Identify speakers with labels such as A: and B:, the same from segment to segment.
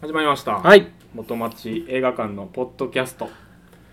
A: 始まりました、
B: はい。
A: 元町映画館のポッドキャスト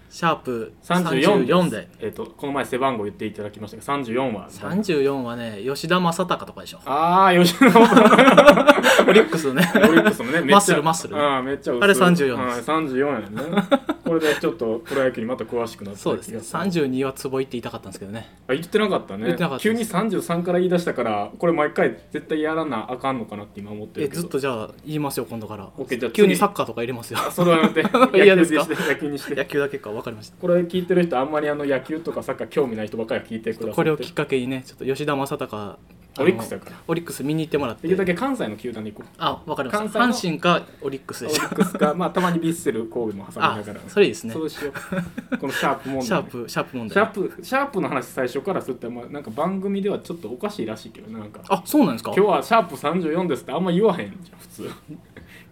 B: シャープ
A: 34
B: 34で。
A: えっ、とこの前背番号言っていただきましたが34は
B: 34はね、吉田正尚とかでしょ。
A: ああ吉 野オ
B: オリックスのね。
A: リックスもねめっちゃ
B: マッスルマッスル
A: ああめっちゃ薄い
B: あれ34
A: はい
B: です
A: 34やねこれでちょっとプロ野球にまた詳しくなって
B: そうですね。32は坪井って言いたかったんですけどね。
A: あ言ってなかったね
B: 言ってなかった
A: 急に33から言い出したからこれ毎回絶対やらなあかんのかなって今思って
B: え、
A: るけど
B: ずっとじゃあ言いますよ、今度から
A: オッケーじゃあ。次
B: 急にサッカーとか入れますよ。
A: あそれはやめて
B: 嫌ですか
A: 野球にして野球にして
B: 野球だけか分かりました。
A: これ聞いてる人あんまりあの野球とかサッカー興味ない人ばっかりが聞いてくださって
B: これをきっかけにね、ちょっと吉田正尚、あの
A: オリックスだから
B: オリックス見に行ってもらっ
A: できるだ
B: て。
A: け関西の球団に行こう
B: あ、分かりました。
A: 関西
B: 阪神かオリックス
A: オ
B: で
A: リ
B: し
A: ッ
B: た。
A: ク スか、まあ、たまにヴィッセル神戸も挟みな
B: あ
A: がら、
B: それいいですね。
A: そうしようこのシャープ問題
B: シャープ、シャープ問
A: シャ
B: 題
A: ー。プシャープの話最初からすると、まあ、なんか番組ではちょっとおかしいらしいけどなんか
B: あ、そうなんですか
A: 今日はシャープ34ですってあんま言わへんじゃん普通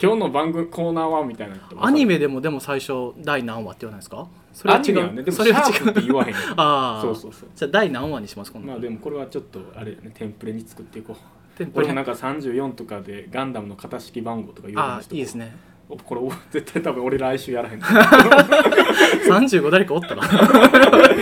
A: 今日の番組コーナーはみたいな
B: アニメでもでも最初、第何話って言わないですかそれ
A: ア
B: は違
A: ニメはねで
B: う。
A: も
B: そ
A: シ
B: れ
A: ャ
B: は
A: ープって
B: 違う。
A: 言わへん
B: ああ。
A: そうそうそう
B: じゃあ第何話にします今度
A: まあでもこれはちょっとあれやねテンプレに作っていこう
B: テンプ
A: 俺
B: レ
A: もなんか34とかでガンダムの型式番号とか言うよう
B: あ
A: にしと
B: あい
A: こ
B: いうですね
A: おこれお絶対多分俺来週やらへん
B: 35誰かお ったな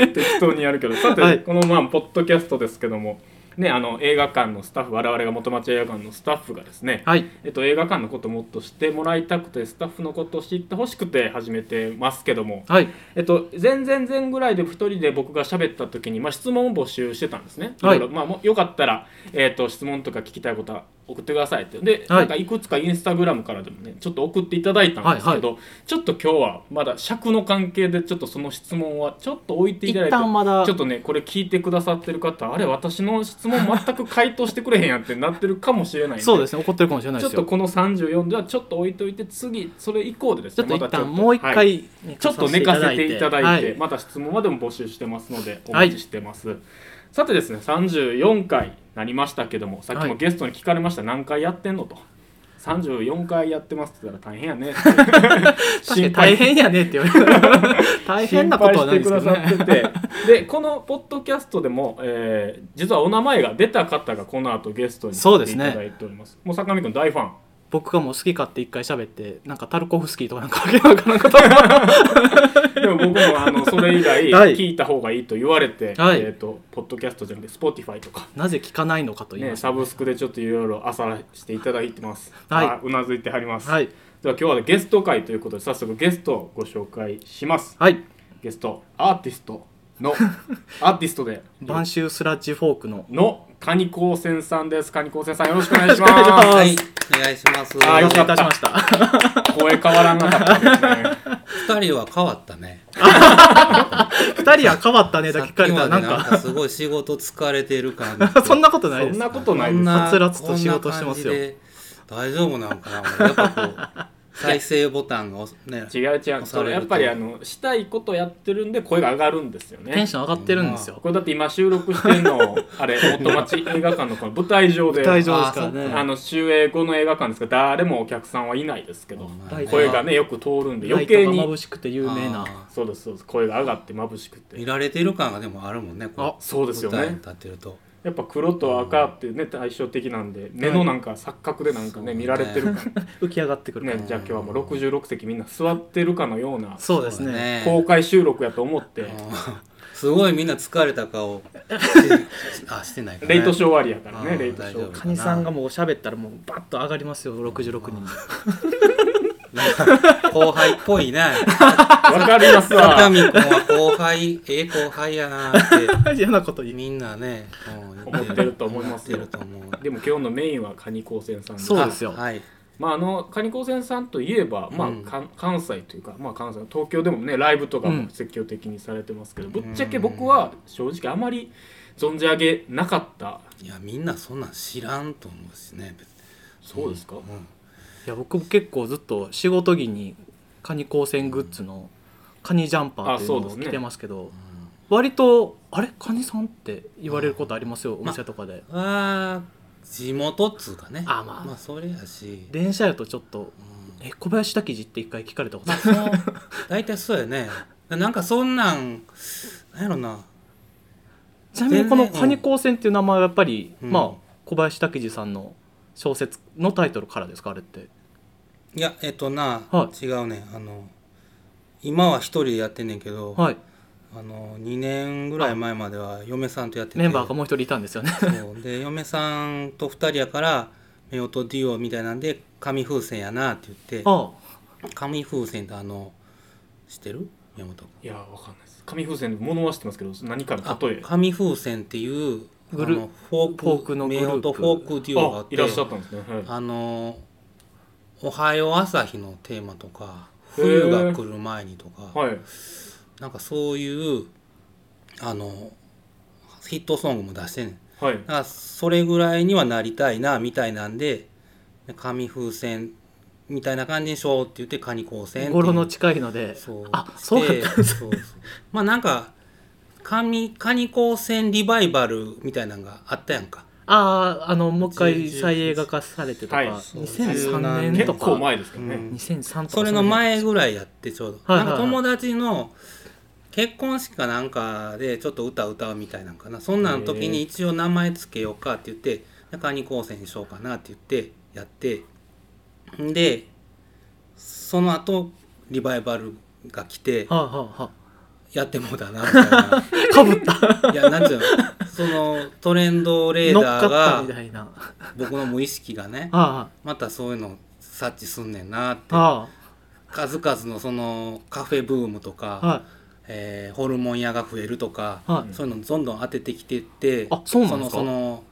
A: 適当にやるけどさて、
B: はい
A: このまあポッドキャストですけどもねあの映画館のスタッフ我々が元町映画館のスタッフがですね、
B: はい
A: えっと、映画館のことをもっと知ってもらいたくてスタッフのことを知ってほしくて始めてますけども、
B: はい
A: えっと、前々前ぐらいで一人で僕が喋った時に、まあ、質問を募集してたんですね、
B: はい
A: ろろまあ、もよかったら、えっと、質問とか聞きたいことは送ってくださいってで、
B: はい
A: なんかいくつかインスタグラムからでもねちょっと送っていただいたんですけど、ちょっと今日はまだ尺の関係でちょっとその質問はちょっと置いてい
B: 一
A: ただいて
B: 旦まだ
A: ちょっとねこれ聞いてくださってる方あれ私の質 問全く回答してくれへんやんってなってるかもしれないん
B: そうですね怒ってるかもしれない
A: ちょっ
B: です
A: と
B: よ
A: この34ではちょっと置いといて次それ以降でです
B: ちょ
A: ね
B: っと
A: ま
B: 一
A: た
B: 旦もう一
A: はい
B: 回寝
A: ちょ
B: か
A: っと
B: さ
A: 寝
B: せ
A: かせていただいて、
B: はい
A: また質問までも募集してますのでお
B: はい
A: 待ちしてます、さてですね34回になりましたけどもさっき
B: は
A: も
B: い
A: ゲストに聞かれました、何回やってんのと34回やってますって言ったら大変やね って
B: 確かに大変やねって言われ る大変なことはないですけど
A: 心配して
B: ね
A: くださっててでこのポッドキャストでも、えー実はお名前が出た方がこの後ゲストに
B: そ
A: 来
B: うで
A: て
B: す
A: い
B: ね
A: ただいておりますもう坂上くん大ファン
B: 僕がもう好き勝手一回喋ってなんかタルコフスキーとかなんかあげなかなかっ た
A: でも僕もあのそれ以外
B: はい
A: 聞いた方がいいと言われて、
B: はい
A: えー、とポッドキャストじゃなくて Spotify とか、
B: なぜ聞かないのかと言い
A: ね、
B: ます
A: サブスクでちょっといろいろあさらしていただいてます、
B: はい
A: あうなずいてはります、
B: はい
A: では今日はゲスト会ということで早速ゲストをご紹介します
B: はい
A: ゲストアーティスト のアーティストで
B: 晩秋スラッジフォークの
A: のカニ高専さんですカニ高専さんよろしくお願いし
B: よろしくお願
A: ま
C: はい、お願いします。
A: あ
B: お
A: よ
B: 待
A: かった
B: たしました
A: す声変わらなかったですね
C: 二人は変わったね。
B: 2人は変わったねだ
C: さっ
B: け
C: き
B: 聞かれたら
C: まで
B: な
C: なん
B: か
C: んかすごい仕事疲れてる感じ
B: 。そんなことない
A: そ
B: で
A: ん
B: す
A: なことないです
B: な
C: こ
B: はつらつと仕事してますよ
C: こんな感じで大丈夫なのかな。やっぱこう再生ボタンが押すね。
A: 違う違うそれやっぱりあのしたいことやってるんで声が上がるんですよね
B: テンション上がってるんですよ
A: これだって今収録してんの あれ元町映画館のこの舞台上で
B: 舞台上ですから
C: あそっ
B: ね
C: か
A: あの終映後の映画館ですから誰もお客さんはいないですけど
C: ほんま
B: 大
C: や
B: 体
A: 声がねよく通るんで余計
B: ライトが眩
A: に
B: しくて有名な
C: あ
A: そうですそうです声が上がって眩しく
C: ー見
A: て
C: られてる感がでもあるもんね。こう
A: そうですよ
C: 舞台に
A: ね
C: 立ってると。
A: やっぱ黒と赤ってね対照的なんで目のなんか錯覚でなんかね
C: はい
A: 見られてるか
B: 浮き上がってくる
A: ら
B: 感
A: ね
B: じ
A: じゃあ今日はもう66席みんな座ってるかのような
B: そうですね
A: 公開収録やと思って
C: そうだねすごいみんな疲れ た顔して。あ、してないかな。
A: レイトショー終わりやから
C: あ
A: ね
C: ー
A: レイトシ
C: 大丈
A: ョー
C: 夫
B: カニさんがもう喋ったらもうバッと上がりますよ66人
C: 後輩っぽいな。
A: わかりますわ
C: 片 見君は後輩、ええ後輩やなって。
B: 嫌なこと言う
C: みんなね、うん
A: 思ってると思いますよ
C: 思ってると思う。
A: でも今日のメインはカニ高専さんで
B: そうですよ
C: あはい。
A: まああのカニ高専さんといえば、まあ
C: うん
A: かん関西というか、まあ、関西東京でもねライブとか
B: う
A: も
B: ん
A: 積極的にされてますけど、ぶっちゃけ僕は正直あまり存じ上げなかった
C: いや、みんなそんなん知らんと思うしね。別に
A: そうですか、
C: うん
B: いや僕結構ずっと仕事着にカニ光線グッズのカニジャンパーってい
A: あ
B: う
A: そう
B: の
A: で
B: を
A: すね
B: 着てますけど割と「あれカニさん?」って言われることありますよお
C: ま
B: 店とかで
C: あー地元っつうかね。
B: あまあ
C: まあ、それやし。
B: 電車やとちょっと
C: うん
B: 「え小林滝次」って一回聞かれたこと
C: ま
B: あ
C: あ、
B: る
C: そう大体そうやね。なんかそんなん、なんやろな。
B: ちなみにこのカニ光線っていう名前はやっぱり
C: うん
B: まあ小林滝次さんの小説のタイトルからですかあれって
C: いやえっとな、
B: は
C: 違うねあの今は一人でやってんねんけど、
B: はい
C: あの2年ぐらい前までは嫁さんとやってて
B: メンバーがもう一人いたんですよね
C: そうで嫁さんと2人やから夫婦デュオみたいなんで紙風船やなって言って
B: あ
C: 紙風船ってあの知ってる宮本君
A: いやわかんないです紙風船で物は知ってますけど何か
C: あ
A: の例えあ
C: 紙風船っていう
B: グル
C: あのフォーク
B: フォークのグループ
C: 夫婦フォークデュオがあって
A: いらっしゃったんですね、はい、
C: あの「おはよう朝日」のテーマとか「冬が来る前に」とか、
A: はい、
C: なんかそういうあのヒットソングも出してんねん
A: はい、
C: だからそれぐらいにはなりたいなみたいなんで紙風船みたいな感じにしようって言ってカニ光線っていう
B: 語呂の近いので
C: そう
B: あそうだったんです
C: そうそうまあなんか紙カニ光線リバイバルみたいなのがあったやんか
B: あああのもう一回
C: 10
B: 再映画化されてとか、
A: はい
B: 2003年
A: 結
B: とか
A: 構前ですけどね、
C: うん
B: 2003とか
C: それの前ぐらいやってちょうど、
B: はいはいはい
C: なんか友達の結婚式かなんかでちょっと歌歌うみたいなんかなそんなん時に一応名前つけようかって言って中に高専にしようかなって言ってやってんでその後リバイバルが来て
B: はあ、はあは
C: やってもうだなみた いな
B: あ、かぶった
C: いやなんていうのそのトレンドレー
B: 乗っ
C: ダー
B: かった
C: が
B: みたいなあ
C: 僕の無意識がね
B: あ
C: またそういうのを察知すんねんなって
B: あ
C: 数々のそのカフェブームとか
B: あ、はい
C: えーホルモン屋が増えるとか、
B: はい
C: そういうのどんどん当ててきてって
B: あそうなんですか
C: そのその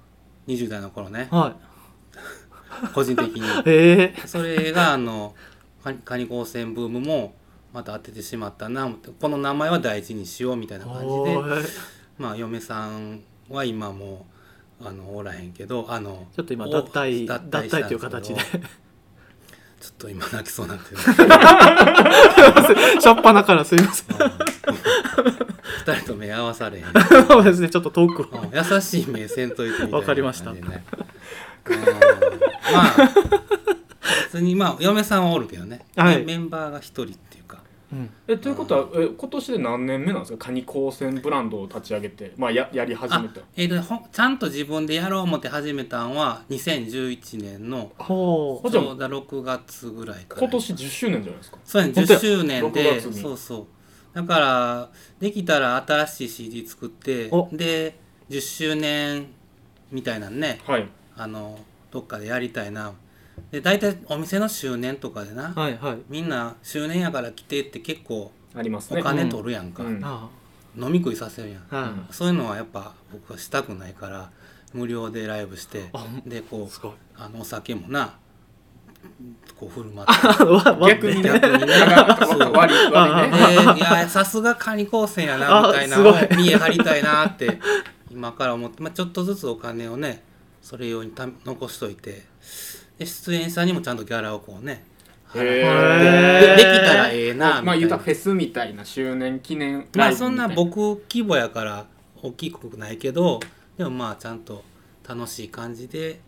C: 20代の頃ね
B: は
C: 個人的に
B: いええ
C: それがあのカニカニ光線ブームもまた当ててしまったな思ってこの名前は大事にしようみたいな感じで
B: おー
C: まあ嫁さんは今もうあのおらへんけどあの
B: ちょっと今
C: お
B: 脱退脱
C: 脱退したん
B: 退
C: ですけど
B: という形で
C: ちょっと今泣きそうなんて
B: しょっぱなからすいません
C: 二人と目合わされへん
B: そうですねちょっと遠くを
C: うん優しい目線といてみたいな感じでね
B: わかりました
C: うんまあ別にまあ嫁さんはおるけどね、
B: はい
C: メンバーが一人っていうか
B: うん
A: えということはえ今年で何年目なんですかカニ光線ブランドを立ち上げて、まあ、ややり始
C: あ
A: めた
C: えーとほんちゃんと自分でやろう思って始めたんは2011年の
B: ほ
A: ほ
B: う
A: う
C: ちょうど6月ぐらいから
A: 今年10周年じゃないですか
C: そうやね
B: 本当
C: 10
B: や
C: 周年で
A: 6月に
C: そうそうだからできたら新しい CD 作って
B: お
C: で10周年みたいなんね
A: はい
C: あのどっかでやりたいなで大体お店の周年とかでな、
B: はいはい
C: みんな周年やから来てって結構
A: あります
C: お
A: ね
C: 金取るやんか、
A: うん
B: あ
C: 飲み食いさせるやん、
B: あはい
A: うん
C: そういうのはやっぱ僕はしたくないから無料でライブして
B: あ
C: でこ
B: す
C: う
B: ごい
C: あのお酒もなこう振る舞って
B: あわわ
A: 逆にね
C: 逆にねそう
A: 割り割りね
C: で いやさすがカニ高専やなみたいなのを
B: あすごい
C: 見え張りたいなって今から思って、まあ、ちょっとずつお金をねそれ用にた残しといてで出演者にもちゃんとギャラをこうね払って
A: へ
B: ー
C: でできたらええ
A: ま
C: なみた
A: あ
C: い
A: 言う
C: な
A: たらフェスみたいな周年記念ラ
C: ま
A: イ
C: あ
A: ブ
C: そ
A: み
C: ん
A: たい
C: な僕規模やから大きくないけどでもまあちゃんと楽しい感じで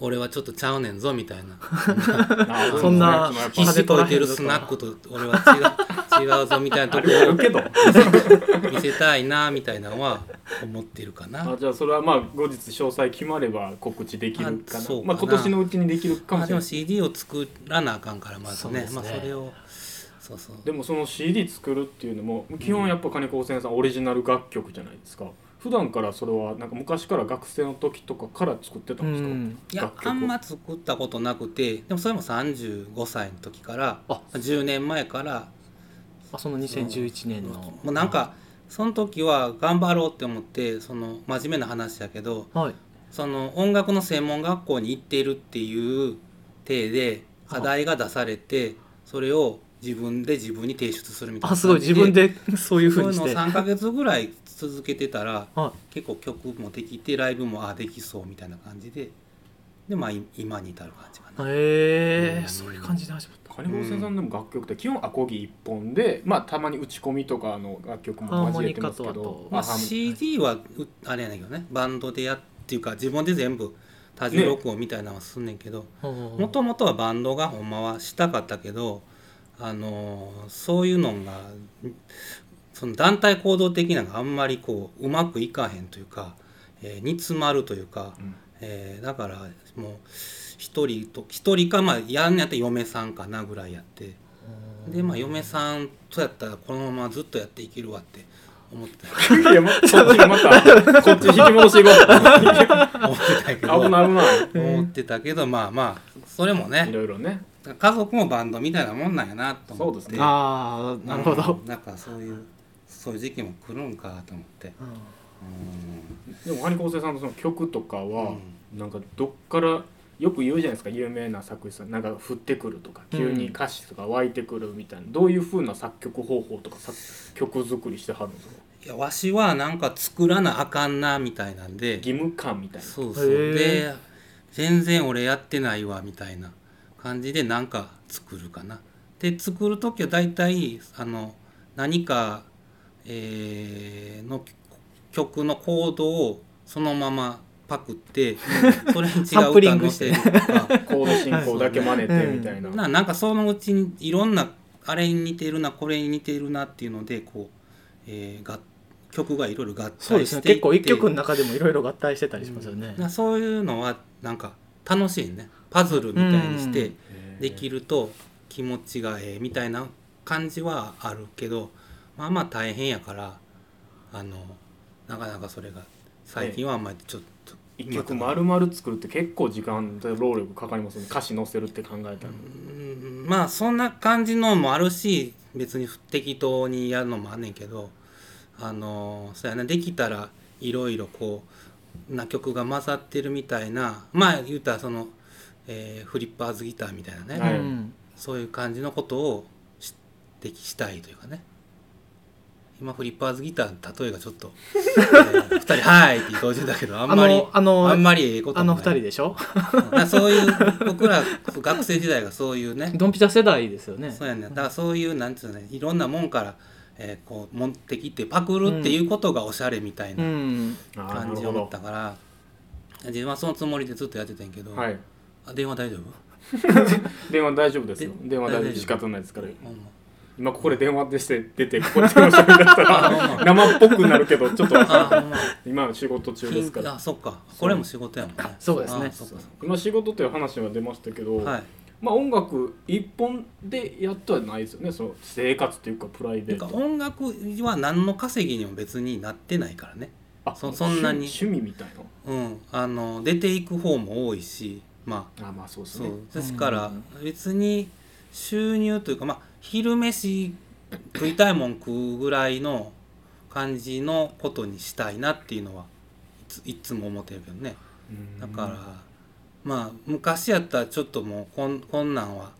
C: 俺はちょっとちゃうねんぞみた いな
A: あー
B: そんな
A: うですね
C: 必
A: ま
C: 死こいてるスナックと俺は 違う違うぞみたい
A: あ
C: なと
A: あれはある
C: こ
A: けど
C: を見せたいなみたいなのは思ってるかな
A: あじゃあそれはまあ後日詳細決まれば告知できるかな
C: あそうか
A: ま
C: な
A: あ今年のうちにできるか
C: ま
A: も
C: あ
A: し
C: で
A: れな
C: も
A: い
C: CD を作らなあかんからまず
B: そう
C: ね
B: です
C: ま
B: ね
C: あそれをそうそう
A: でもその CD 作るっていうのも基本やっぱ金子先さんオリジナル楽曲じゃないですか普段からそれはなんか昔から学生の時とかから作ってた
B: うん
A: ですか、
B: ん
C: いや
A: 楽曲
C: あんま作ったことなくてでもそれも35歳の時から
B: あ
C: 10年前から
B: あその2011年の
C: もうなんかその時は頑張ろうって思ってその真面目な話やけど
B: はい
C: その音楽の専門学校に行っているっていう体で課題が出されてそれを自分で自分に提出するみたいな
B: あすごい自分で そういうふ
C: そう
B: う
C: いう
B: にし
C: のを
B: て
C: 3ヶ月ぐらい続けてたら
B: は
C: 結構曲もできてライブもあできそうみたいな感じででまあい今に至る感じか
B: いへ
C: な。う
B: え
C: ん
B: そういう感じで始まっ
A: 金子先さんでも楽曲って基本アコギ一本で、まあたまに打ち込みとかの楽曲も交えてますけ
B: ハ
A: ど
B: ーモニカとあと
A: あ
C: まあ、
A: ハーモニ
C: CD はうあれやねんけどねバンドでやっていうか自分で全部多重録音みたいなのはすんねんけど、
B: た
C: もともとはバンドがほんまはしたかったけど、あのーそういうのがその団体行動的なのがあんまりこううまくいかへんというか、えー煮詰まるというか、
A: うん
C: えーだからもう一一人と一人かまあやんやったら嫁さんかなぐらいやってでまあ嫁さんとやったらこのままずっとやっていけるわって思 ってた
A: いや、ま、こっちがまた、こっち引き戻していこ う。
C: 思ってたけど
A: 危ない危な
C: 思ってたけどまあまあそれも
A: い。い
C: ね
A: ろいろね。
C: 家族もバンドみたいなもんなんやなと思って
A: そうですね
B: ああなるほど
C: うん、なんかそういうそういう時期も来るんかと思ってう
A: でも、カニコーセさんのその曲とかは、
C: う
A: なんかどっから、よく言うじゃないですか、有名な作詞さん、なんか降ってくるとか、急に歌詞とか湧いてくるみたいな、どういう風な作曲方法とか、作曲作りしてはるんですか
C: んいやわしはなんか作らなあかんなみたいなんで
A: 義務感みたいな。
C: そうそう
B: へー
C: で全然俺やってないわみたいな感じでなんか作るかな。で作る時は大体あの何か、えーの曲のコードをそのままパクってそれに違う
B: サンプリ
C: 歌
B: ング
C: の
B: し
C: せ
B: て
C: るとか。
A: コード進行だけ真似てみたいな。
C: ななんかそのうちにいろんなあれに似てるなこれに似てるなっていうのでこう、えーが曲がいろいろ合体して
B: そうですね結構
C: いっ
B: 一
C: て
B: 曲の中でもいろいろ合体してたりしますよね、
C: なそういうのはなんか楽しいねパズルみたいにして
A: へー
C: できると気持ちがええみたいな感じはあるけどまあまあ大変やからあのなかなかそれが最近はあんまりちょっと
A: 一曲丸々作るって結構時間と労力かかりますね歌詞載せるって考えたら、
C: うんまあそんな感じのもあるし別に適当にやるのもあんねんけどあのそうやなできたらいろいろこうな曲が混ざってるみたいなまあ言うたらその、えーフリッパーズギターみたいなね、
A: はい
B: うん
C: そういう感じのことをしできしたいというかね今フリッパーズギターの例えがちょっ と、え2人「はい」って同時だけどあんまり
B: あの
C: あ
B: あの
C: んまりええこと
B: あ
C: も
B: の
C: な
B: 二
C: い
B: 人でしょ
C: まあそういう僕ら学生時代がそういうね
B: ドンピシャ世代ですよね
C: そうやねだからそういうなんつうのねいろんなもんから、えーこう持ってきてパクるっていうことがおしゃれみたいな
B: うん
A: あー
C: 感じを持ったから、自分はそのつもりでずっとやってたんやけど、
A: はい
C: あ電話大丈夫、
A: 電話大丈夫ですよ
C: で
A: 電話大丈
C: 大丈
A: 夫
C: 夫
A: 仕方ないですから
C: ほんま
A: 今ここで電話でして出てここで電話しゃべった ら生っぽくなるけどちょっと
C: あほんま
A: 今仕事中ですから
C: あそっかこれも仕事やもんね
B: そうですね
C: あそっかそっ
A: 今仕事という話は出ましたけど、
C: かはい
A: まあ音楽一本でやってはないですよねその生活というかプライベー
C: なんか
A: ト
C: 音楽は何の稼ぎにも別になってないからね
A: あ
C: そそんなに
A: 趣趣味みたい
C: うんあの出ていく方も多いしまあ
A: なあまあそうです
C: そ
A: ね
C: うですから
B: う
C: 別に収入というかまあ昼飯食いたいもん食うぐらいの感じのことにしたいなっていうのはいついつも思ってるけどね
A: うん
C: だからまあ昔やったらちょっともうこんこんなんは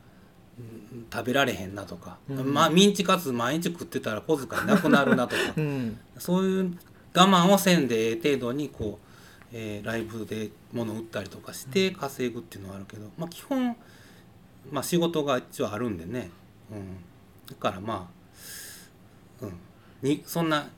C: うん食べられへんなとか、
B: うん
C: まあミンチカツ毎日食ってたら小遣いなくなるなとか
B: うん
C: そういう我慢をせんでええ程度にこう、えーライブで物売ったりとかして稼ぐっていうのはあるけど、まあ、基本、まあ、仕事が一応あるんでね、うん、だからまあ、うん、にそんな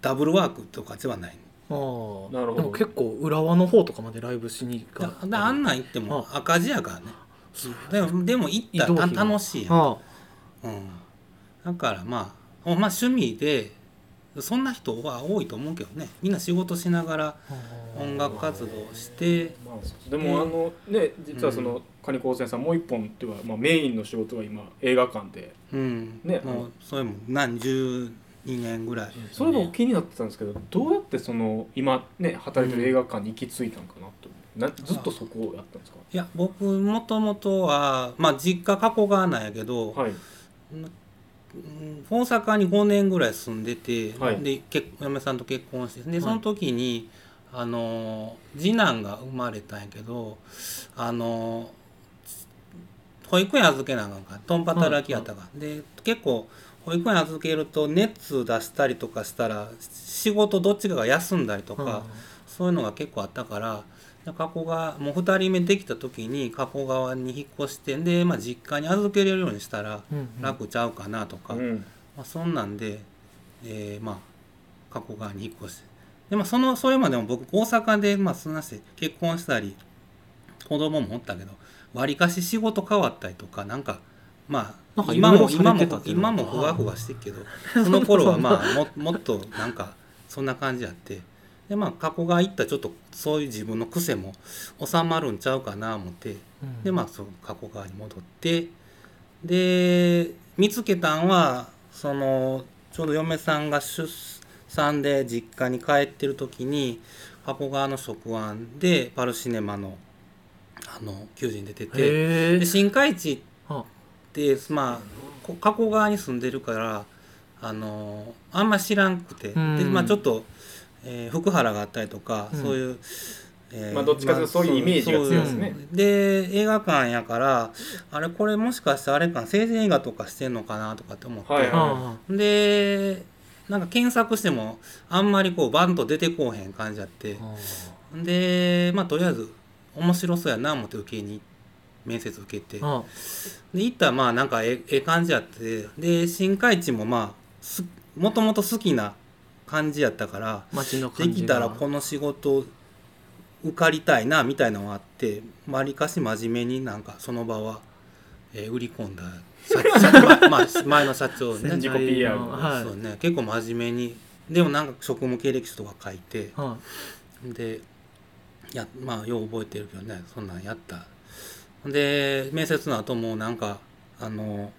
C: ダブルワークとかではない
B: あー
A: なるほど
B: でも結構浦和の方とかまでライブしに行
C: だ
B: か
C: だあんなん行っても赤字やからね
B: そう
C: でもでも行った
B: 移動
C: ら
B: 費
C: た
B: も
C: 楽しいやん、
B: あ
C: うん、だからまあほんま趣味でそんな人は多いと思うけどねみんな仕事しながら
B: あ
C: 音楽活動をして
A: まあ、そうでも、あのね実はその、カニ高専さんもう一本っていうのは、まあ、メインの仕事は今映画館で
C: うん、
A: ね
C: もうそれも何十二年ぐらい
A: それも気になってたんですけどどうやってその今ね働いてる映画館に行き着いたんかなと、なずっとそこをやったんですか
C: いや僕もともとはまあ実家加古川なんやけど、
A: はい
C: うん大阪に5年ぐらい住んでて、
A: はい
C: で結嫁さんと結婚してでその時に、あの次男が生まれたんやけどあの保育園預けなあかんからとんぱたらきやったから、で結構保育園預けると熱出したりとかしたら仕事どっちかが休んだりと
B: ー
C: か、そういうのが結構あったから加古川もう2人目できた時に加古川に引っ越してで、まあ、実家に預けれるようにしたら
B: うんうん
C: 楽ちゃうかなとか、
A: うん
C: まあ、そんなんで、えーまあ加古川に引っ越してで、まあ、そのそれまでも僕大阪で、まあ、そんなして結婚したり子供もおったけどわりかし仕事変わったりとかなんかま
B: なん
C: あ
B: か
C: 今も
B: いろいろ
C: 今
B: されてた
C: も
B: っていうの
C: 今
B: か
C: も ふわふわしてるけどその頃はまあももっとなんかそんな感じやってでまあ過去が言ったちょっとそういう自分の癖も収まるんちゃうかな思ってでまあその過去側に戻ってで見つけたんはそのちょうど嫁さんが出産で実家に帰ってる時に加古川の食案でパルシネマのあの求人出てて
B: へ
C: で
B: え
C: 新海地って
B: あ
C: でまあこ加古川に住んでるからあのあんま知らんくて、
B: うん
C: でまあちょっと、えー福原があったりとか、
B: うん
C: そういう、え
A: まあどっちかというとそういうイメージが強い
B: ですね
C: そうで映画館やからあれこれもしかしてあれか成人映画とかしてんのかなとかって思って、
A: はいはい
B: あ
C: でなんか検索してもあんまりこうバンと出てこうへん感じやって
B: あ、
C: でまあとりあえず面白そうやな思って受けに面接受けて。
B: あ
C: で行ったらまあなんかえええ感じやってで新海地もまあすもともと好きな感じやったから
B: 街の
C: で
B: 感
C: き
B: じ
C: た
B: が
C: らこの仕事受かりたいなみたいなのがあってわりかし真面目になんかその場は、えー売り込んだ社 長、まあ、前の社長ね
A: 先自己 PR の
B: はい
C: そうね結構真面目にでもなんか職務経歴書とか書いて
B: は
C: でやまあよう覚えてるけどねそんなんやったで面接の後もなんかあの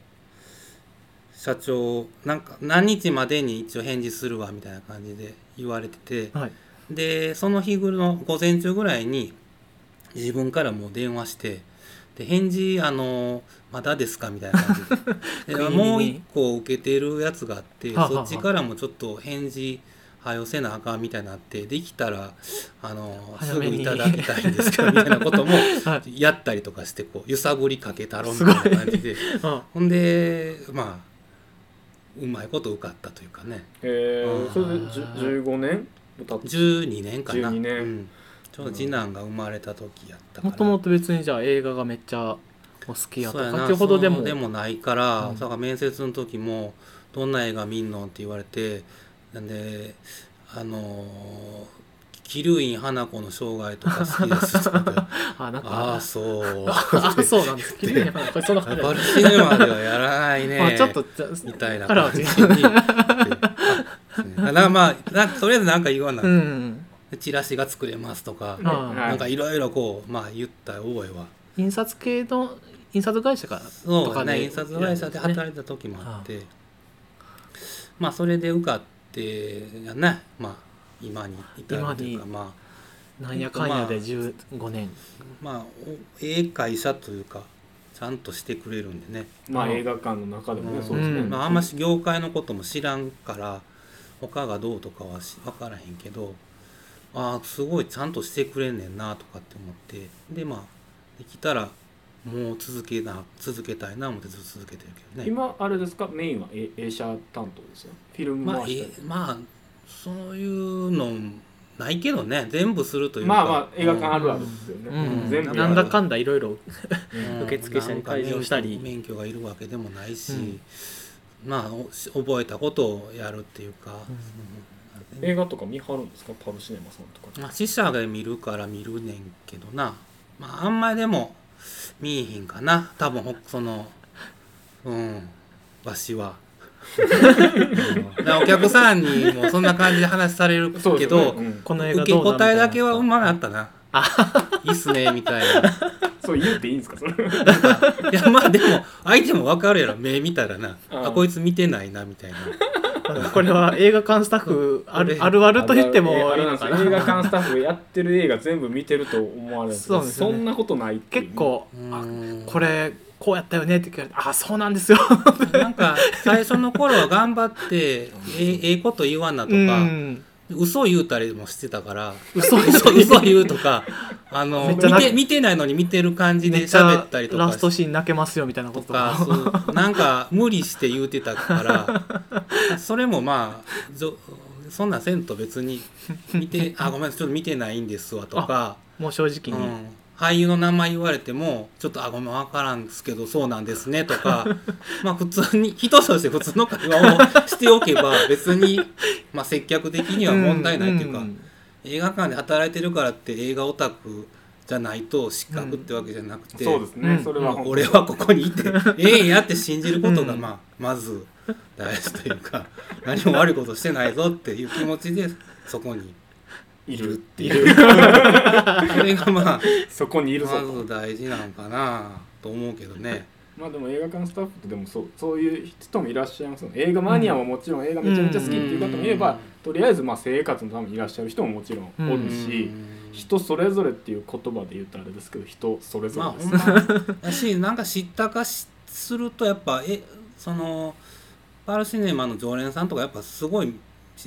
C: 社長なんか何日までに一応返事するわみたいな感じで言われてて
B: いはい
C: でその日の午前中ぐらいに自分からもう電話してで返事あのまだですかみたいな感
B: 食い
C: じでで
B: 気味に
C: もう一個受けてるやつがあって
B: はあはあ
C: そっちからもちょっと返事はよせなあかんみたいになってできたらあの
B: 早
C: すぐ
B: めに
C: いただきたいんですけどみたいなことも
B: は
C: やったりとかしてこう揺さぶりかけたろみたいな感じで
B: あ
C: ほんでまあうまいこと受かったというかね
A: え
C: あー
A: ー、それでじゅ15年も経って
C: 12年かな
A: 12年
C: うん、ちょうど次男が生まれた時やったから
B: もともと別にじゃあ映画がめっちゃお好きやと
C: そうや
B: かっ
C: な
B: ていうほどでも
C: そうでもないから、
B: うん
C: だから面接の時も「どんな映画見んの?」って言われてなんであのー桐生院花子の生涯」とか好きですとか言って
B: あ なん
C: ああ
B: か
C: そう
B: ああそうなん です綺麗やなこれそんな感じ
C: バルシネマではやらないね
B: あちょっとじゃ
C: みたいな
B: カラ
C: 感
B: ー
C: じ
B: 違
C: に
B: う
C: あだからまあなとりあえずなんか言わな
B: う
C: い、
B: ん
C: チラシが作れますとか、
B: あー
A: は
C: なん
A: い
C: かいろいろこうまあ言った覚えは
B: 印刷系の印刷会社か
C: そ
B: とか
C: う
B: で
C: ね印刷会社で働いた時もあって、まあそれで受かってやねまあ今に至るというか
B: 今に
C: ま
B: なんやかんやで15年
C: あまあおええ会社というかちゃんとしてくれるんでね
A: まあ映画館の中でもね、
C: うん
A: そうですね、
B: うん
C: まあ、あんまし業界のことも知らんから他がどうとかはし分からへんけどああすごいちゃんとしてくれんねんなとかって思ってでまあできたらもう続けな続けたいな思ってずっと続けてるけどね
A: 今あれですかメインはえ映写担当ですよフィルム
C: まあ
A: 回、し
C: え
A: たり、
C: まあそういうのないけどね全部するというか
A: まあまあ映画館あるあるですよね、
B: うん
A: 全部やる
B: なんだかんだいろいろ
C: うん
B: 受付者に開示をしたり
C: なんか免許免許がいるわけでもないし、
B: うん
C: まあおし覚えたことをやるっていうか、うん
A: 映画とか見張るんですかパルシネマさんとか
C: まあ、死者が見るから見るねんけどな、まあ、あんまりでも見えへんかな多分ほそのうんわし は。うんだからお客さんにもそんな感じで話されるけど、
A: そうですよねうん
B: この映
C: 受
B: 画
C: け
B: どう
C: 答えだけはう
B: みたいな
C: まかったな。いいっすね、みたいな。
A: そう言うていいんですかそれ
C: いや、まあでも、相手もわかるやろ、目見たらな。
A: うん
C: あ、こいつ見てないな、みたいな。
B: これは映画館スタッフあるあるあると言ってもいい
A: あれなん
B: の
A: です
B: か
A: よ映画
B: な
A: 館スタッフやってる映画全部見てると思われるんですけど
B: そうですね
A: そんなことないっていう
B: 結構あ
C: うん
B: これこうやったよねって聞かれてあそうなんですよ
C: なんか、最初の頃は頑張って、ええええこと言わなと
B: う
C: か、
B: ん
C: 嘘言うたりもしてたから、
B: 嘘
C: 嘘嘘言うとか、あの、
B: めっ
C: 見
B: ちゃな
C: て、見てないのに見てる感じで
B: めっちゃ
C: 喋ったりと
B: ラ
C: か
B: ストシーン泣けますよみたいなことと
C: かそうなんか無理して言うてたから それもまあぞそんなんせんと別に見 て「あごめんちょっと見てないんですわ」とか、
B: もう正
C: う
B: 直に、
C: ん俳優の名前言われても「ちょっとあごめん分からんですけどそうなんですね」と かまあ普通に人として普通の会話をしておけば別に、まあ、接客的には問題ないというか、
B: ん
C: 映画館で働いてるからって映画オタクじゃないと失格ってわけじゃなくて。
A: そうですね、
B: うん
A: それは
C: まあ
A: 本当
C: 俺はここに いてええんやって信じることが、
B: うん
C: まあ、まず 大事というか何も悪いことしてないぞっていう気持ちでそこに
A: いる って
B: い
A: いう
B: る
C: それが まあ
A: そこにいるぞ
C: ま
A: と
C: ず大事なんかなと思うけどね
A: まあでも映画館スタッフってでもそうそういう人もいらっしゃいますよね映画マニアももちろん映画めちゃめちゃ好きっていう方もいれば、
C: うん
A: とりあえずまあ生活のためにいらっしゃる人ももちろんお
B: う
A: るし、
C: うん
A: 人それぞれっていう言葉で言うとあれですけど人それぞ
C: まあ
A: れで
C: ほ
A: す、
C: んまだしなんか知ったかしするとやっぱえそのパールシネマの常連さんとかやっぱすごい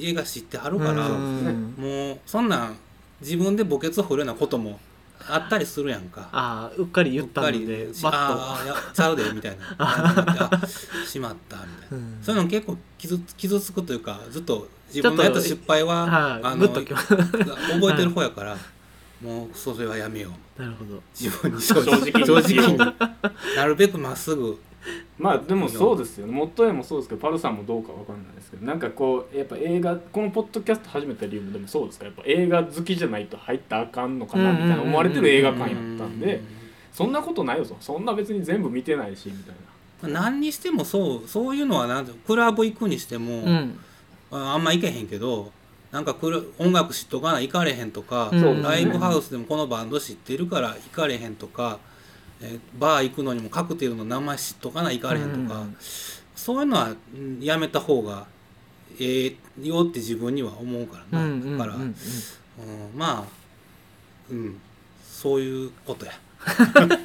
C: 映画知ってはるから
A: うん
C: もうそんなん自分で墓穴を掘るようなこともあったりするやんか。
B: ああうっかり言ったんで
C: うっかりし
B: バッ
C: あーいやちゃうで みたいなあしまったみたいな、
B: うん
C: そういうの結構傷つ傷つくというかずっと自分のやった失敗
B: と
C: は
B: は
C: あ
B: い
C: の
B: グッとき
C: 覚
B: ます な
C: えてる方やから、もうそれはやめよう
B: るほど
C: 自分に正
A: 直に
C: 直正直になるべくまっすぐ
A: まあでもそうですよねもっとえもそうですけどパルさんもどうかわかんないですけどなんかこうやっぱ映画このポッドキャスト始めた理由もでもそうですからやっぱ映画好きじゃないと入ったらあかんのかなみたいな思われてる映画館やったんでそんなことないよぞそんな別に全部見てないしみたいな
C: うん何にしてもそうそういうのはなんてクラブ行くにしても、
B: うん
C: ああんま行けへんけどなんかクラ音楽知っとかない行かれへんとか、
B: うん
A: そうですね
C: ライブハウスでもこのバンド知ってるから行かれへんとか、えーバー行くのにもカクテルの名前知っとかない行かれへんとか、
B: うん
C: そういうのはうんやめた方がええよって自分には思うからな、
B: うんうん
C: だから、
B: うんうん
C: うんまあうんそういうこ とやあの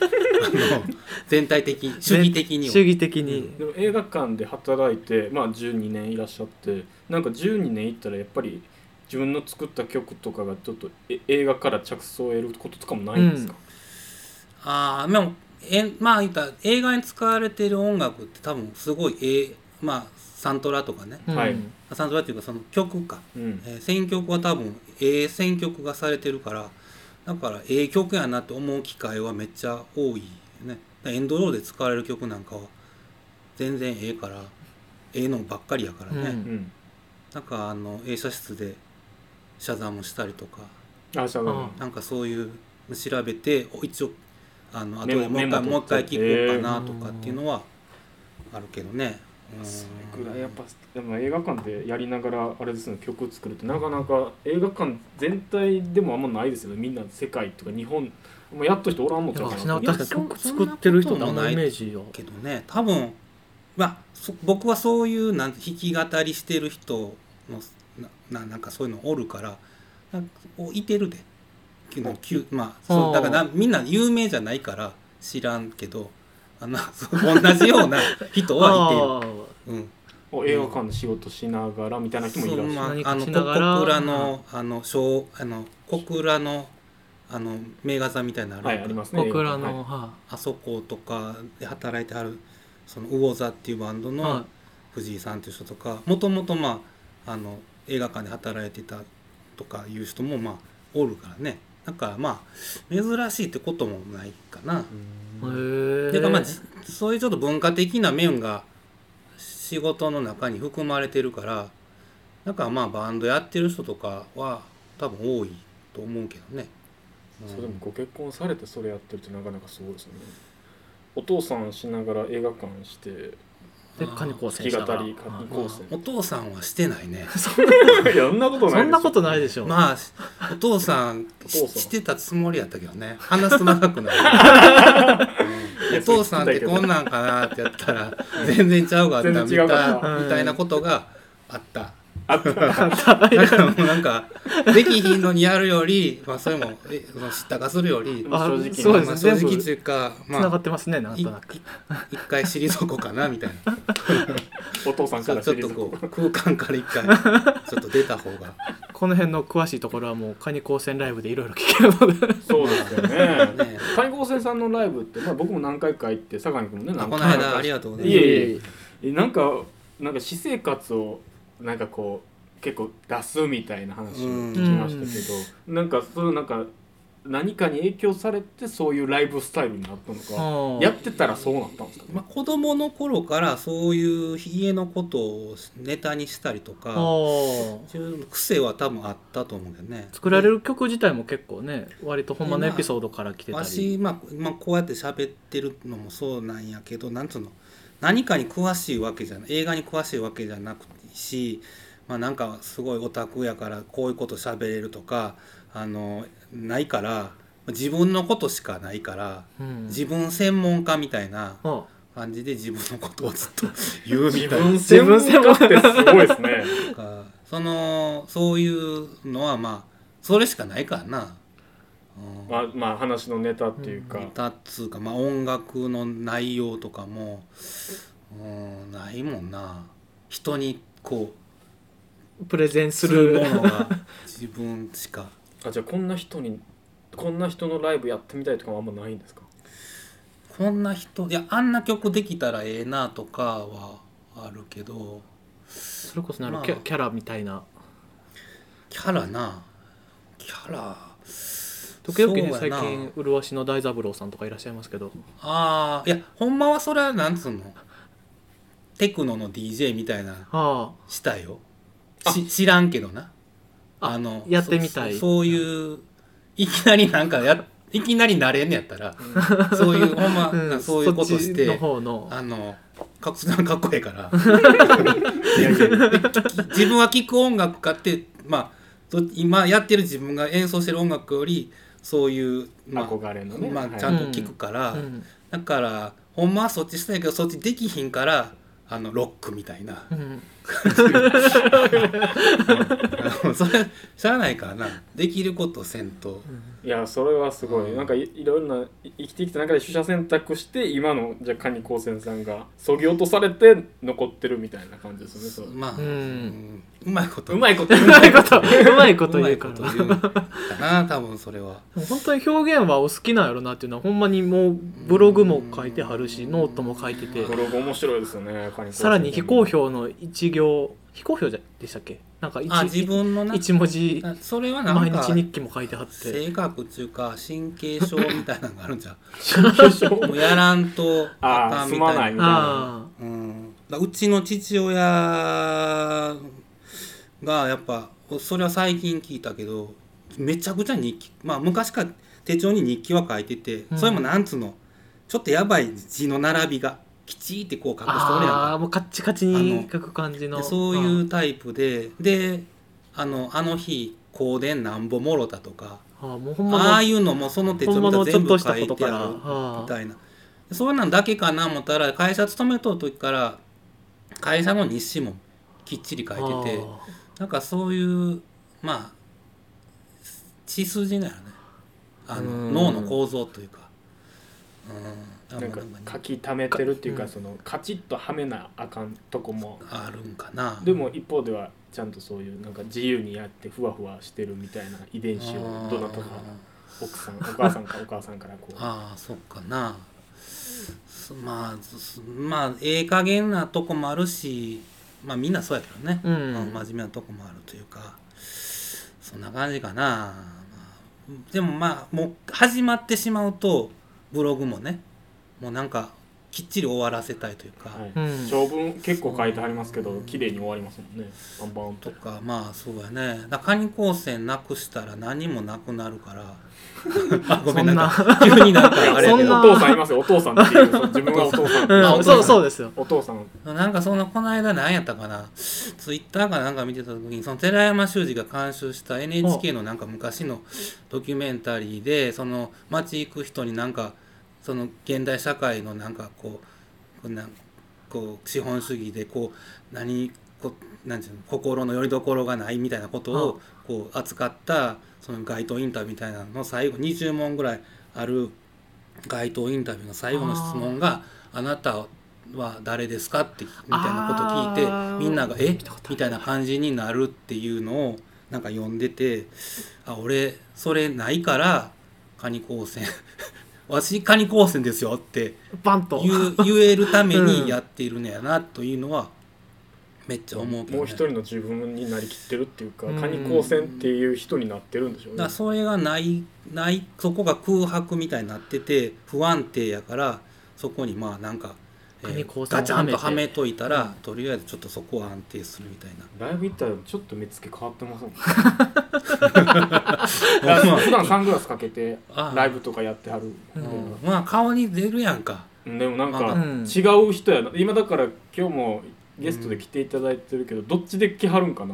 C: 全体的主義的には
B: 主義的に
A: でも映画館で働いて、まあ、12年いらっしゃってなんか12年いったらやっぱり自分の作った曲とかがちょっとえ映画から着想を得ることとかもないんですか、
C: ああでもえまあ言ったら映画に使われてる音楽って多分すごいええまあサントラとかね
B: うん
A: はい
C: サントラっていうかその曲か、
A: うん
C: えー選曲は多分ええ選曲がされてるからだからええ曲やなって思う機会はめっちゃ多いねだからエンドロールで使われる曲なんかは全然ええからええのばっかりやからね、
B: う
A: うんん、
C: なんかあの映写室でシャザムしたりとか
A: あそうだね
C: なんかそういう調べてお一応あの後
A: メ
C: で
A: モ
C: もう一回
A: メ
C: も
A: モ
C: う一回
A: 取って
C: 聞こうかなとかっていうのはあるけどね。うん
A: それぐらいやっぱでも映画館でやりながらあれですね曲作るってなかなか映画館全体でもあんまないですよねみんな世界とか日本もうやっとしておらんのちゃうかな
B: 確かに曲作ってる人ってあんまイメージを
C: けどね多分まあそ僕はそういうなん弾き語りしてる人のなななんかそういうのおるからなんかおいてるで。きゅきゅまあ、そうだからなみんな有名じゃないから知らんけどあの そう同じような人はいている。うん
A: お映画館の仕事しながらみたいな人もいらっしゃる、
C: そう
B: 何
C: まあ、あ
B: か
C: の
B: し
C: こ
B: ながら
C: 小倉のあの小あの小倉のあの名画座みたいなのあ
A: は
C: る
A: いありますね
B: 僕ら
A: 映画館
B: の
A: は
B: は
C: あそことかで働いてあるその魚座っていうバンド
B: い
C: の
B: は
C: 藤井さんという人とかもともとまああの映画館で働いてたとかいう人もまあおるからねだからまあ珍しいってこともないか
B: い
C: な。
A: うん
B: へえ
C: ていうかまあじそういうちょっと文化的な面が仕事の中に含まれてるからだからまあバンドやってる人とかは多分多いと思うけどね。うん
A: そうでもご結婚されてそれやってるってなかなかすごいですよねお父さんしながら映画館 して
B: で金
A: 弾
B: 光
A: き
B: 選手
A: 語
B: だから
A: り
B: は
A: 観
B: い
A: 光線
C: お父さんはしてな いね。
A: いやそんな ことない
B: そんなことないでしょ
C: まあお父さん
A: お
C: し
A: 父さん
C: してたつもりやったけどね話すと長くなる、 うんお父さんってこんなんかなってやったら全然ちゃうかったみたい
A: 全然違うか
B: った
C: みたいなことがあった。
A: あった
C: だからもうなんかできひんのにやるより、まあ、それもえその知ったかするより、
A: ま
C: ま
A: あ
B: あ
C: あ、
A: 正直
B: そうです
C: 正
B: 全
C: 直
B: 部
C: と
B: つ
C: いうか、ま
B: なが
C: あ、
B: ってますねなん
C: いい
B: となく
C: 一回退こうかなみたい な
A: お父さん
C: ち
A: か
C: ょ
A: ら
C: ちょ
A: 知り
C: っと
A: た
C: こう空間から一回ちょっと出た方が
B: この辺の詳しいところはもうカニ光線ライブでいろいろ聞けるので
A: そうですよね
C: ね
A: 海光線さんのライブって、まあ、僕も何回か行って坂井君もね
C: あ
A: 何
C: こ
A: 回
C: の
A: か
C: 間ありがとうござい
A: い
C: ます
A: えいええなんかなんか私生活をなんかこう結構出すみたいな話を聞きましたけどなんかそのなんか何かに影響されてそういうライフスタイルになったのか
B: うん
A: やってたらそうなったんですかね
C: まあ、子供の頃からそういう家のことをネタにしたりと
B: あ
C: か
B: ー
C: そういう癖は多分あったと思うけどね
B: 作られる曲自体も結構ね割とほんまのエピソードから来てた
C: わ
B: り
C: し、まあ、今こうやって喋ってるのもそうなんやけどなんつうの何かに詳しいわけじゃない映画に詳しいわけじゃなくていいしまあ、なんかすごいオタクやからこういうこと喋れるとかあのないから自分のことしかないから
B: うん
C: 自分専門家みたいな
B: あ
C: 感じで自分のことをずっ と言うみたい
B: 分
A: 自分専門家ってすごいですね
C: なかそのそういうのはまあそれしかないからな。うん
A: まあまあ話のネタっていうか、
B: うん
C: 歌っつうか、まあ、音楽の内容とかもうんないもんな人にこう
B: プレゼンす
C: する
B: る
C: ものが自分しか
A: あじゃあこんな人にこんな人のライブやってみたいとかもあんまないんですか
C: こんな人いやあんな曲できたらええなとかはあるけど
B: それこそなんか
C: まあ
B: キャキャラみたいな
C: キャラなキャラ
B: 時々ね
C: そう
B: 最
C: やな
B: 近麗しの大三郎さんとかいらっしゃいますけど
C: ああいやほんまはそれはなんつうのテクノの DJ みたいな
B: あ
C: したよ
A: あ
C: し知らんけどな
B: あ
C: あの
B: やってみたい
C: そそういういきなりなんかやいきなりなれんねやったらそういうほんま、
B: あ、ん
C: そういうことし
B: そっちの
C: て
B: 方の
C: あのかっこなんかっこええからいやいや自分は聴く音楽家ってまあど今やってる自分が演奏してる音楽よりそういう、まあ
A: 憧れのね、
C: まあ、
A: はい
C: ちゃんと聴くから、
B: うん
C: だからほんまはそっちしたいけどそっちできひんからあのロックみたいな。
B: うん
C: うん それしゃあないからなできることせんと
A: いやそれはすごい、
C: うん
A: なんかいいろんない生きてきた中で取捨選択して今のじゃあ蟹高専さんがそぎ落とされて残ってるみたいな感じですよね
C: まあ、
B: うん
C: うんうまいこと
A: そううま
C: い
A: いこと言う
B: うまいことうまいこと言うから
C: まいこと言うかな多分それは
B: でも本当に表現はお好きなんやろなっていうのはほんまにもうブログも書いてはるしノートも書いてて
A: ブログ面白いですよね蟹高専
B: さらに非公表の一行非公表じゃでしたっけなんか一
C: あ自分のな
B: 一文字
C: なそれはなん
B: 毎
C: か
B: 日日記も書いてはって
C: 性格っていうか神経症みたいなのがあるんじゃん
A: 表
C: もうやらんと
A: あー
C: かん
A: すまないみたい
B: あ
C: うん、だうちの父親がやっぱそれは最近聞いたけどめちゃくちゃ日記まあ昔から手帳に日記は書いてて、
B: うん
C: それもなんつうのちょっとやばい字の並びがきちいってこう書
B: あ
C: く人おるやん
B: あ
C: か
B: あもうカッチカチに書く感じの
C: でそういうタイプでであのあの日香典なんぼもろたとか
B: あーもうほんま
C: ああ
B: の
C: いうのもその手帳
B: ほ
C: 見
B: んま
C: た
B: の
C: ら全
B: ちょっと
C: 部
B: し
C: 書
B: たこ
C: い
B: と
C: て
B: から
C: ある
B: ああ
C: みたいなそういうのだけかな思ったら会社勤めとる時から会社の日誌もきっちり書いてて
B: あ
C: なんかそういうまあ血筋なよねあ
B: う
C: の
B: ん
C: 脳の構造というかうん
A: なんか
C: ね
A: 書き溜めてるっていうか、
B: うん
A: そのカチッとはめなあかんとこも
C: あるんかな
A: でも一方ではちゃんとそういうなんか自由にやってふわふわしてるみたいな遺伝子をどなたか奥さんお母さんかお母さんからこう
C: ああそっかなすまあすまあええ加減なとこもあるしまあみんなそうやけどね、
B: ーう
C: うん
B: ん
C: 真面目なとこもあるというかそんな感じかな、まあでもまあもう始まってしまうとブログもねもうなんかきっちり終わらせたいというか、
A: はい
B: うん
A: 長文結構書いてありますけど綺麗に終わりますもんねバンバン
C: と
A: と
C: かまあそうやねだからカニ光線なくしたら何もなくなるからあごめん
B: そ
C: なんん
B: な
C: か急になんかあれや
A: そ
C: け
A: ん
C: ど
A: なお父さんいますよお父さんっていうその 自分がお父さん
B: うん、そうそうですよ
A: お父さん
C: なんかそのこの間何やったかなツイッターかなんか見てた時にその寺山修司が監修した NHK のなんか昔のドキュメンタリーでその街行く人になんかその現代社会のなんかこうこんなこう資本主義でこう何こなんていうの心の拠り所がないみたいなことをこう扱ったその街頭インタビューみたいなのの最後20問ぐらいある街頭インタビューの最後の質問が「あなたは誰ですか?」ってみたいなこと
B: あ
C: 聞い
B: ー
C: てみんなが「え
B: 見たことある
C: みたいな感じになるっていうのをなんか読んでて「あ俺それないからカニ高専 わしカニ高専ですよ」って
B: バンと
C: 言う言えるためにやっているのやなというのはめっちゃ思うけど、ね、
A: もう一人の自分になりきってるっていうか
B: うん
A: カニ光線っていう人になってるんでしょうね
C: だからそれがないないそこが空白みたいになってて不安定やからそこにまあなんか、えー
B: 国交線を
C: ガチャンとは
B: はめ
C: め
B: て
C: といたら、とりあえずちょっとそこは安定するみたいな。
A: ライブ行ったらちょっと目つき変わってますもん だから普段サングラスかけて
C: ああ
A: ライブとかやってはる
B: う
C: うんまあ顔に出るやんか。
A: でもなん
C: まあ
A: か
B: うん
A: 違う人やな今だから今日もゲストで来ていただいてるけど、どっちで来はるんかなと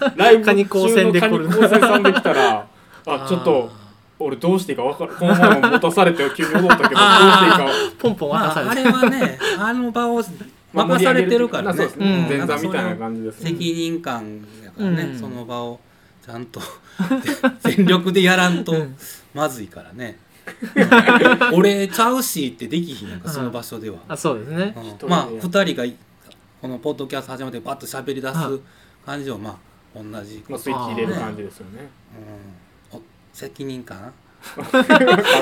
A: 思ってライブ中
B: カニ光線で来
A: カニ
B: る
A: 光線さんで来たらあちょっと俺どうしていいか分からんこの前も持たされて急に踊ったけどどうしていいか
B: ポンポン
C: ま
B: 渡さ
C: あ、あ
B: れ
C: れ
B: て
C: はねあの場を任されてるから
A: ま
C: ね
A: あ盛り上げるという
C: う
A: そうですね前
C: ん
A: 座みたいな感じですね
C: 責任感やからね、
B: うん
C: その場をちゃんと 全力でやらんと
B: うん
C: まずいからね 俺ちゃうしってできひんやんかその場所では、
B: あそうですね
C: うん
A: 人で
C: まあ2人がこのポッドキャスト始まってバッと喋り出す感じをまあ同じ、
A: まあ、スイッチ入れる感じですよね
C: うんお責任 感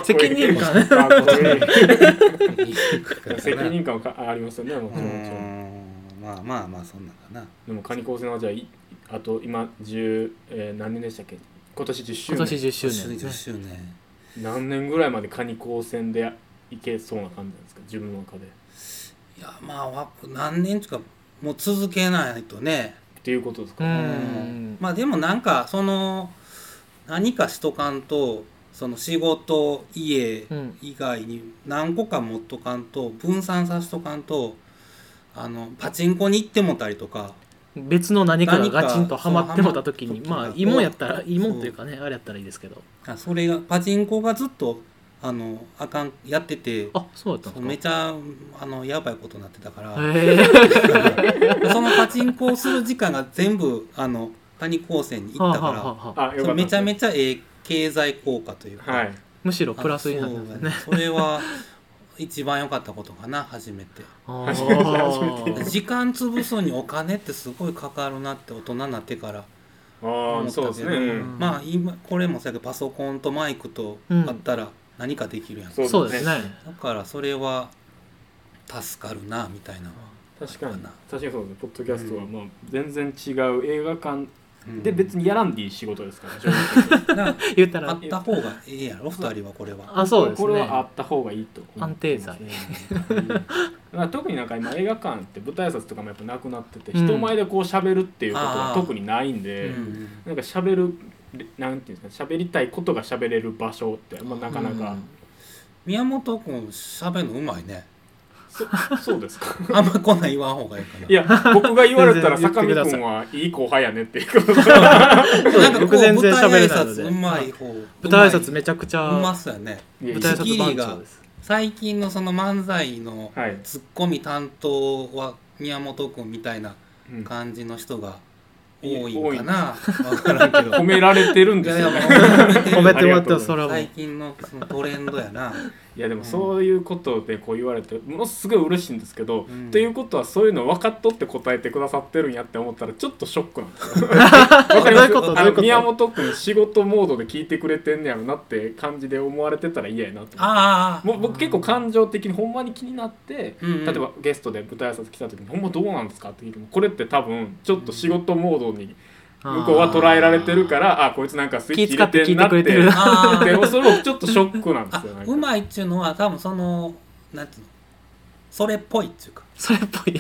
B: 責任感
A: かっこいいかっこ
C: 責
A: いい責任感はかあありますよねもち
C: う
A: ろんもちろん
C: んまあまあまあそんなんかな
A: でもカニ高専はじゃあいあと今10、えー何年でしたっけ今年10周
B: 今
A: 年
B: 年10周年
C: 10
B: ね
C: 周年
A: 何年ぐらいまでカニ高専でいけそうな感じなんですか自分の中でっ
C: いやまあわ何年つかもう続けないとね
A: ていうことです
B: う
A: か、
B: ん
C: まあでもなんかその何かしとかんとその仕事家
B: うん
C: 以外に何個か持っとかんと分散させとかんとあのパチンコに行ってもたりとか
B: 別の何かが
C: 何か
B: ガチンとハマってもた時
C: そ
B: に
C: うハマ
B: ま
C: っ
B: あ
C: た時
B: いいもんやったら
C: そう
B: いいもんというかねあれやったらいいですけど
C: あそれがパチンコがずっとあのあかんやってて
B: あそうだったん
C: め
B: です
C: ちゃあのやばいことになってたから。
B: かへえ
C: そのパチンコをする時間が全部あの谷高専に行った
B: はあはあは
C: か
B: あはあ
A: あ
C: ら
A: よ
C: そ
A: かっ
C: う
A: た
C: めちゃめちゃええ経済効果というか、
A: はい
B: むしろプラスになったんですね
C: あそうだそれは一番良かったことかな初めて
B: あ
A: 初めて初め
B: ー
C: 時間潰すのにお金ってすごいかかるなって大人になってから
A: あ
C: 思
A: あ
C: った
A: そうで
C: け
A: す
C: ど、
A: ね、うん
B: ん
C: まあ今これもそうやけどパソコンとマイクとあったら何かできるやん、
A: そう
B: そうですね
C: だからそれは助かるなみたいなのは、
A: 確かに
C: そうだな
A: 確かにそうですねポッドキャストはまあ全然違う映画館
C: うん
A: で別にやらんでいい仕事ですから、正直
C: だから
B: 言った
C: あ
B: ら
C: った方がええやろ二人はこれは。
B: あそうですね
A: これはあった方がいいと思ってますね、うんまあ特になんか今映画館って舞台挨拶とかもやっぱなくなってて、
B: うん
A: 人前でこう喋るっていうことは
C: あー
A: 特にないんで、
C: うん
A: なんか喋るなんていうんですか喋りたいことが喋れる場所って、まあ、なかなか、
C: うん宮本君喋るのうまいね
A: そそうですか
C: あんまこんなん言わん方がいいかない
A: や僕が言われたら
B: 全然言
A: 坂見
B: ってください
A: 君はいい後輩やねっていうこと
C: なんかこう
B: 僕全然喋れないので
C: 舞台挨拶うまい方
B: 舞台挨拶
C: め
B: めちゃくち
C: う
B: ゃ
C: まそうやね
A: いや
B: 舞
A: い
B: 台
A: や
B: 挨拶番長です
C: 最近のその漫才の
A: はい、
C: ツッコミ担当は宮本君みたいな
A: うん
C: 感じの人が多いんかな分からんけど
A: 褒められてるん
C: い
A: で
C: や
A: す
C: いや
A: よ
C: も
A: ね
B: 褒
C: う
B: めてもらったらそれはも
C: 最
B: う
C: 近のそのトレンドやな、
A: いやでもそういうことでこう言われてものすごい嬉しいんですけど、
C: うん
A: ということはそういうの分かっとって答えてくださってるんやって思ったらちょっとショックなんですよ。
B: ど
A: わ
B: う
A: かり
B: い
A: ま
B: う
A: す
B: ことど
A: あ
B: うい
A: の
B: うこ
A: 宮
B: と
A: 本君仕事モードで聞いてくれてんねやろなって感じで思われてたら嫌やなと思って
C: ああ
A: もう僕結構感情的にほんまに気になって、
C: うんうん
A: 例えばゲストで舞台挨拶来た時に「ほんまどうなんですか?」って聞いてもこれって多分ちょっと仕事モードに向こうは捉えられてるからあこいつなんかスイッチ入れてんなって
B: 気使って聞いてくれてるな
C: あー
A: でそれもちょっとショックなんで
C: あ
A: すよなんか
C: うまいっていうのは多分そのなんていうのそれっぽいっていうか
B: それっぽい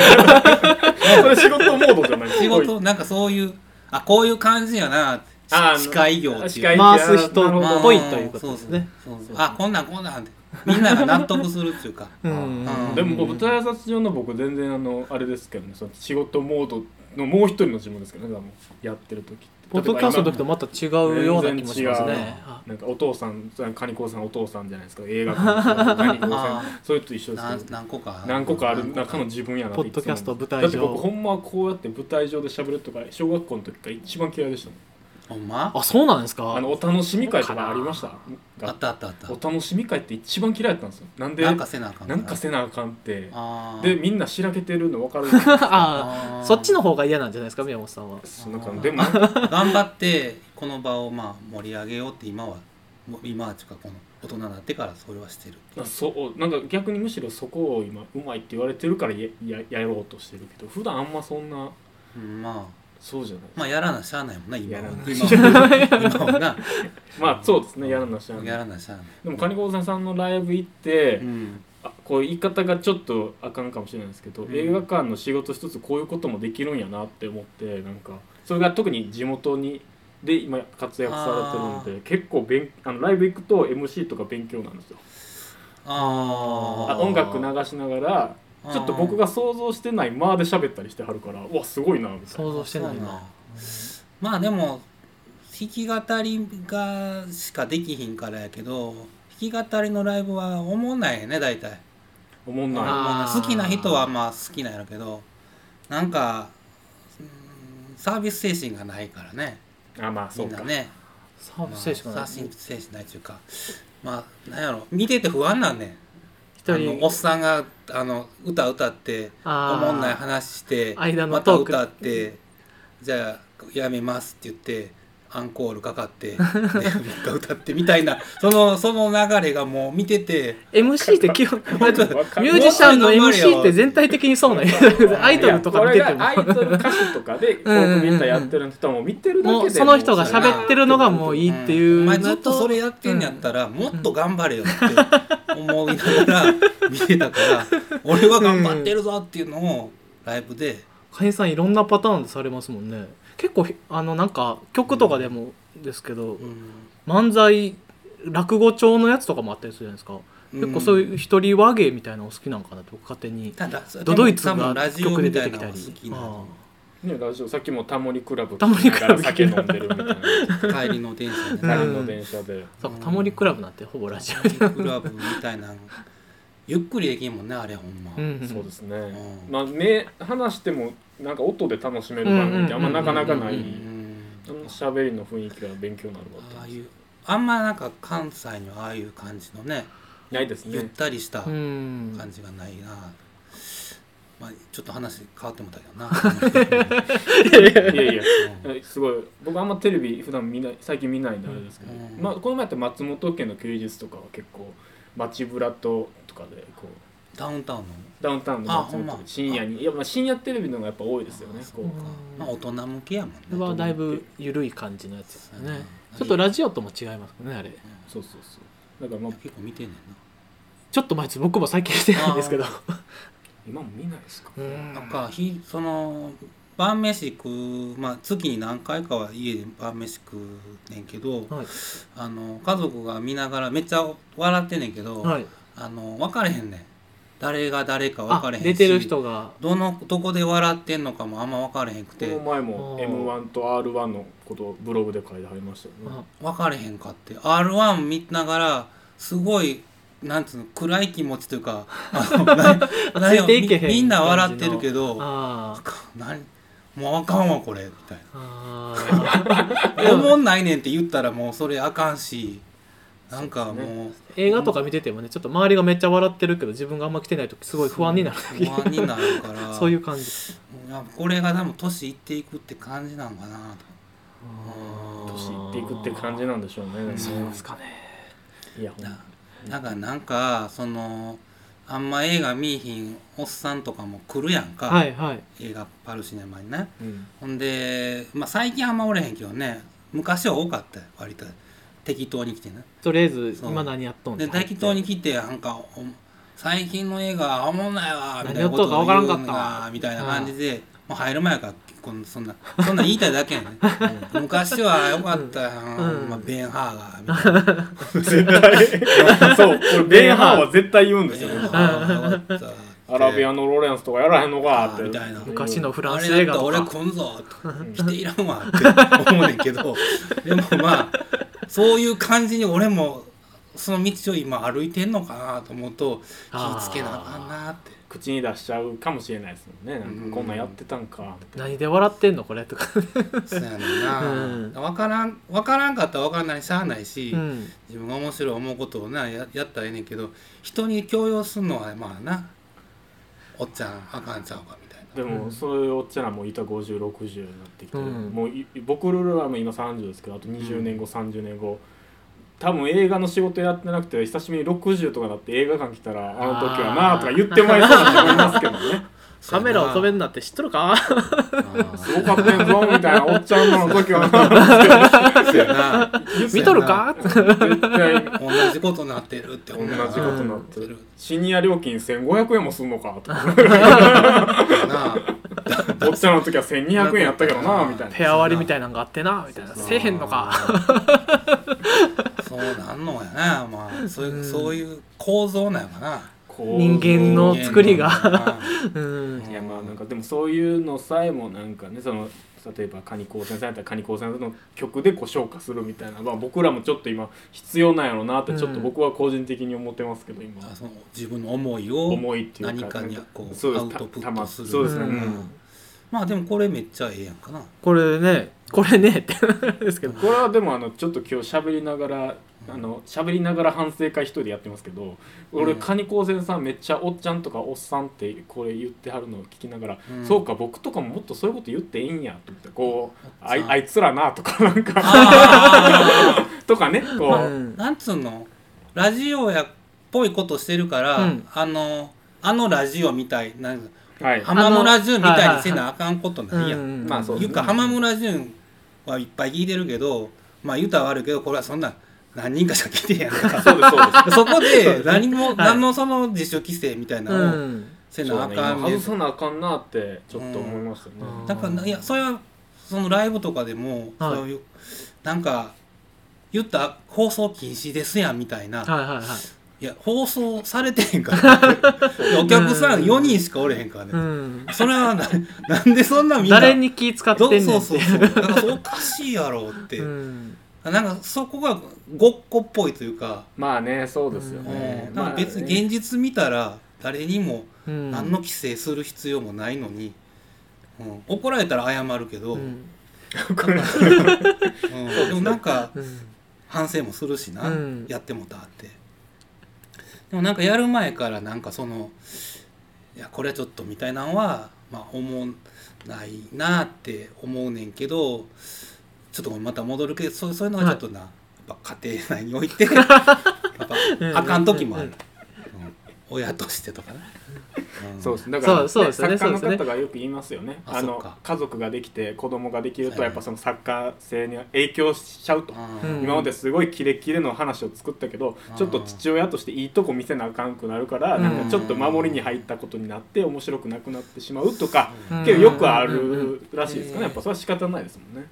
A: それ仕事モードじゃない
C: 仕事なんかそういうあこういう感じやな
A: あー
C: 司会業って
A: 司
C: いう
A: 会
B: 回す人っぽいということですね
C: そうそうそうあこんなんこんなんってみんなが納得するってい うか
B: う
C: うん
B: ん
A: でも舞台挨拶上の僕全然あのあれですけどねその仕事モードのもう一人の自分ですけどね多分やってる時って
B: ポッドキャストの時とまた違うような気もします
A: 全然違
B: ね
A: う
B: あ
A: なんかお父さんカニコウさんお父さんじゃないですか映画館カニコウさ
C: あ
A: んそういうと一緒ですけ
C: 何
A: ど
C: 何個か
A: 何個かある中の自分やなっていつも
B: ポッドキャスト舞台上
A: だって僕ほんまはこうやって舞台上で喋るとか小学校の時から一番嫌いでしたもん
C: ほんまあ
B: あそうなんですか
A: あのお楽しみ会とかありました
C: ったあったあった
A: お楽しみ会って一番嫌いだったんですよなんで
C: なんかせなあかん
A: なんかせ
C: な
A: なあかんって
C: あー
A: でみんなしらけてるの分かるじゃないですか
B: あーそっちの方が嫌なんじゃないですか宮本さんは
A: そうなんか
C: あー
A: でも
C: 頑張ってこの場をまあ盛り上げようって今はもう今はっていうかこの大人になってからそれはしてる
A: なそうなんか逆にむしろそこを今うまいって言われてるからやややろうとしてるけど普段あんまそんな
C: うんまあ
A: そうじゃない
C: まあやらなしゃあないもんな今は
A: やらな
C: 今は今はな
A: まあそうですねやらなしゃあ
C: や
A: ない
C: らなしゃあない
A: でもカニコウさんのライブ行って、
C: うん
A: あこう言い方がちょっとあかんかもしれないですけど、
C: うん
A: 映画館の仕事一つこういうこともできるんやなって思ってなんかそれが特に地元にで今活躍されてるんで結構勉あのライブ行くと MC とか勉強なんですよ
C: あ
A: あ
C: ー
A: 音楽流しながらちょっと僕が想像してない間で喋ったりしてはるからうわすごいなみたい
B: 想
A: な
B: 像してない
C: そう
B: な
C: まあでも弾き語りがしかできひんからやけど弾き語りのライブはおもんないよね大体、
A: 思んない
B: あ
C: まあ、
B: ー
C: 好きな人はまあ好きなんやろけどなんかうんサービス精神がないからね
A: あまあ
C: み
A: そうん
C: な
A: か、
C: ね
B: サービス精神が
C: ま
B: な
C: あ
B: い
C: サービス精神ないっていうかまあなんやろ見てて不安なんねん
B: 一
C: あの
B: 人
C: おっさんがあの歌歌って
B: あ
C: お
B: ー
C: もんない話して
B: 間の
C: また
B: トーク
C: 歌ってじゃあやめますって言ってアンコールかか ってでもう一回歌ってみたいなそのその流れがもう見てて
B: MC って基本
A: わかるわかる
B: ミュージシャンの
C: もうちょい頑張れよ
B: MC って全体的にそうなんや アイドルとか見てて
A: いやこれがアイ
B: も
A: ドル歌手とかでフォ
B: うんうん
A: ークビーターやってる人も見てるだけで
B: もうその人が
C: 喋
B: 喋ってるのがもういいってい
C: んお
B: う
C: 前
B: の
C: ずっとそれやってんやったら、もっと頑張れよって思いながら 見てたから俺は頑張ってるぞっていうのをライブで
B: 会員さんいろんなパターンでされますもんね結構ひあのなんか曲とかでもですけど、漫才落語調のやつとかもあったりするじゃないですか、結構そう
C: うん
B: いう一人和芸みたいなのお好きなんかなと僕勝手に
C: ただ
B: ドドイツ
C: 多分ラ
B: が
C: ジオ
B: 曲で
C: みた
B: 出て
C: い
B: き
C: な
B: た
C: の
B: り
C: が
A: ね
B: あ
C: 好きな
A: ラジオさっきもタモリクラブ
B: タモリクラブ
A: 聞きながら酒飲んでるみたいな
C: 帰りの電車で、
B: うん
A: 帰りの電車で
B: あそうかタモリクラブなんてほぼラジオ
C: クラブみたいなゆっくりできんもんねあれほんま、
B: うんん
A: そうですね、
C: うん
A: まあ目話してもなんか音で楽しめる番組ってあんまなかなかない
B: うんうん
A: あの喋りの雰囲気が勉強になるか
C: あ
A: っ
C: あ
A: た
C: いうあんまなんか関西にはああいう感じのね
A: ないです
C: ゆっ
A: ね
C: たりした
B: うん
C: 感じがないな、まあ、ちょっと話変わってもたけどな
A: いやいや
C: うん
A: えすごい僕あんまテレビ普段見ない最近見ないんであれですけど、
C: うん
A: まあ、この前やって松本家の休日とかは結構街ブラととかでこう
C: ダウンタウンの
A: ダウンタウンの
C: あ
A: 松
C: ほん
A: 本
C: ま
A: 家深夜にいやまあ深夜テレビのがやっぱ多いですよねこ
C: そううか、まあ、大人向けやもんね
B: これはだいぶ緩い感じのやつですね
C: うん
B: ちょっとラジオとも違いますねあれ
A: そうそうそうだからまあ
C: 結構見てんねんな
B: ちょっと前です僕も最近してないんですけど
A: 今も見ないですか、
B: うん
C: なんかひその晩飯食う、まあ、月に何回かは家で晩飯食うねんけど
B: はい
C: あの家族が見ながらめっちゃ笑ってんねんけど、
B: はい
C: あの分かれへんねん誰が誰か分か
B: あ
C: れへんし
B: 出てる人が
C: どのどこで笑ってんのかもあんま分かれへんく
A: この
C: て
A: 前も
B: あー
A: m 1と r 1のことをブログで書いてはりましたよね
B: あ
C: 分かれへんかって r 1見ながらすごいなんつうの暗い気持ちという か あのな
B: ついていけへん
C: みみんな笑ってるけど
B: あー
C: 何もうあかんわこれみたいな。
B: あ
C: おもんないねんって言ったらもうそれあかんしなんかもう
B: ー映画とか見ててもねちょっと周りがめっちゃ笑ってるけど自分があんま来てない時すごい不安になる
C: 不安になるか ら
B: そういう感じ
C: なんかこれが多分年いっていくって感じなんかなと
A: 年いっていくって感じなんでしょうねでもね
B: そうですかね
A: いやほんま
C: なだからなんかそのあんま映画見いひんおっさんとかも来るやんか、
B: はいはい
C: 映画パルシネマにね
A: うん
C: ほんで、まあ、最近あんまおれへんけどね昔は多かったよ割と適当に来てね
B: とりあえず
C: そう
B: 今何やっとん
C: で適当に来てなんかお最近の映画おもんないわみたいな
B: 何やっとんか分からんかったわ
C: 言うなみたいな感じでもう入る前からこんそんなそんなん言いたいだ けやねうん昔はよかったよ、
B: うん
C: まあ、ベン・ハーガーみたい
A: 絶
C: な
A: 対 そうこれベン・ハーは絶対言うんです
C: ベ
A: よ
C: ン
A: ね
C: ハーガーよかった
A: アラビアのロレンスとかやらへんのかって
C: あーみたいな
B: 昔のフラ
C: あ
B: ン
C: れ
B: ス
C: だっ
B: 映
C: た
B: 画
C: ら
B: と
C: 俺
B: か
C: 来んぞと来ていらんわって思うねんけどでもまあそういう感じに俺もその道を今歩いてんのかなと思うと気
B: あー
C: ぃつけなあかんなって
A: 口に出しちゃうかもしれないですもんねなん
C: うん
A: かこんなんやってたんかって
B: 何で笑ってんのこれとか
C: そうやねんな、
B: うん
C: 分からん分からんかったら分からんなりしゃあないし、
B: うん
C: 自分が面白い思うことをなややったらええねんけど人に強要すんのはまあなおっちゃんあかんちゃうかみたいな
A: で
B: う
A: も
B: ん
A: そういうおっちゃんらもういた5060になってきて、
B: うん
A: もうい僕らはもう今30ですけどあと20年後、30年後多分映画の仕事やってなくて久しぶりに60とかなって映画館来たらあの時はな
B: あー
A: とか言ってまいそうだと思いますけどね
B: カメラを止めるなんて知っとるか
A: すごかったんぞみたいなおっちゃんらの時はな
C: そうやな
B: 見とるか
A: 絶対
C: 同じことなってるって
A: 同じことになって
C: う
A: る
C: ん
A: シニア料金1500円もすんのかと か
C: やな
A: おっちゃんの時は1200円やったけどなみたいな
B: ペア割りみたいなのがあってなみたいな
C: そう
B: せえへんのか
C: そうなんのやなまあそういう,、そういう構造なんやかな
A: 構
B: 人間の作りが
C: あ
B: うん
A: いやまあなんかでもそういうのさえもなんかねその例えば蟹高専さんやったら蟹高専さんの曲でこう昇華するみたいな、まあ、僕らもちょっと今必要なんやろうなってちょっと僕は個人的に思ってますけど今、
C: その自分の思いを
A: 思いっていうか
C: 何かにこ
A: そう
C: う
A: で
C: ア
A: す
C: ウトプ
A: たた
C: ッ
A: ま
C: トする
A: そうですね、
B: う
A: うんん
C: まあでもこれめっちゃええやんかな
B: これねこれねってですけど
A: これはでもあのちょっと今日喋りながらあの喋りながら反省会一人でやってますけど俺
C: うん
A: 蟹高専さんめっちゃおっちゃんとかおっさんってこれ言ってはるのを聞きながら、
C: うん
A: そうか僕とかももっとそういうこと言っていいんやと思ってこう
C: お
A: あ
C: っちゃ
A: い
C: ん
A: あいつらなとかなんか
C: あ
A: とかねこう、
B: うん
C: なんつうのラジオやっぽいことしてるから、
B: うん
C: あのあのラジオみたいなんか
A: はい
C: 浜村淳みたいにせなあかんことないやん、
B: うん
A: まあそう
C: 言うか浜村淳はいっぱい聞いてるけどまあ言うたら悪いけどこれはそんな何人かしか聞いてへんやん か
A: そうですそうです
C: そこで何も、何のその自主規制みたいな
B: う
C: のを
B: ん
C: せ
A: そう
C: な
A: だ
C: あ
A: ね
C: かん
A: 今
C: ね
A: 外さなあかんなってちょっと思いましたね、
B: うん
C: なんかないやそれはそのライブとかでも、
B: はい
C: そういうなんか言ったら放送禁止ですやんみたいな、
B: はいはいはい
C: い、や放送されてへんから、 いやお客さん
B: うん
C: 4人しかおれへんからね、
B: うん
C: それはななんでそんなみんな
B: 誰に気使って
C: ど
B: んねんって
C: そうそうそうだからそうおかしいやろうって、
B: うん
C: なんかそこがごっこっぽいというか、
A: まあねそうですよ
B: う
A: ね、
C: うん
A: ま
C: な
A: あ
C: んか別に現実見たら誰にも
B: うん
C: 何の規制する必要もないのに、うん怒られたら謝るけど、
B: う
C: うん
B: ん
C: でもなんか
B: うん
C: 反省もするしな、
B: うん
C: やってもたってでもなんかやる前からなんかそのいやこれはちょっとみたいなのはまあ思わないなって思うねんけどちょっとまた戻るけどそうそういうのはちょっとな、やっぱ家庭内におい てやっぱあかん時もある、うん親としてとかね、ん
A: そうですだから、
B: そうそうですよね
A: 作家の
B: そうで
A: 方
B: すね
A: がよく言いますよね
C: あ
A: あの
C: そっか
A: 家族ができて子供ができる
C: そう
A: と
C: や
A: や
C: ね
A: っぱその作家性に影響しちゃうと、
C: うん
A: 今まですごいキレッキレの話を作ったけど、
C: うん
A: ちょっと父親としていいとこ見せなあかんくなるから、
B: うん
A: なんかちょっと守りに入ったことになって面白くなくなってしまうとか、
B: うん
A: けどよくあるらしいですか
C: うん
A: ねやっぱそれは仕方ないですもんね。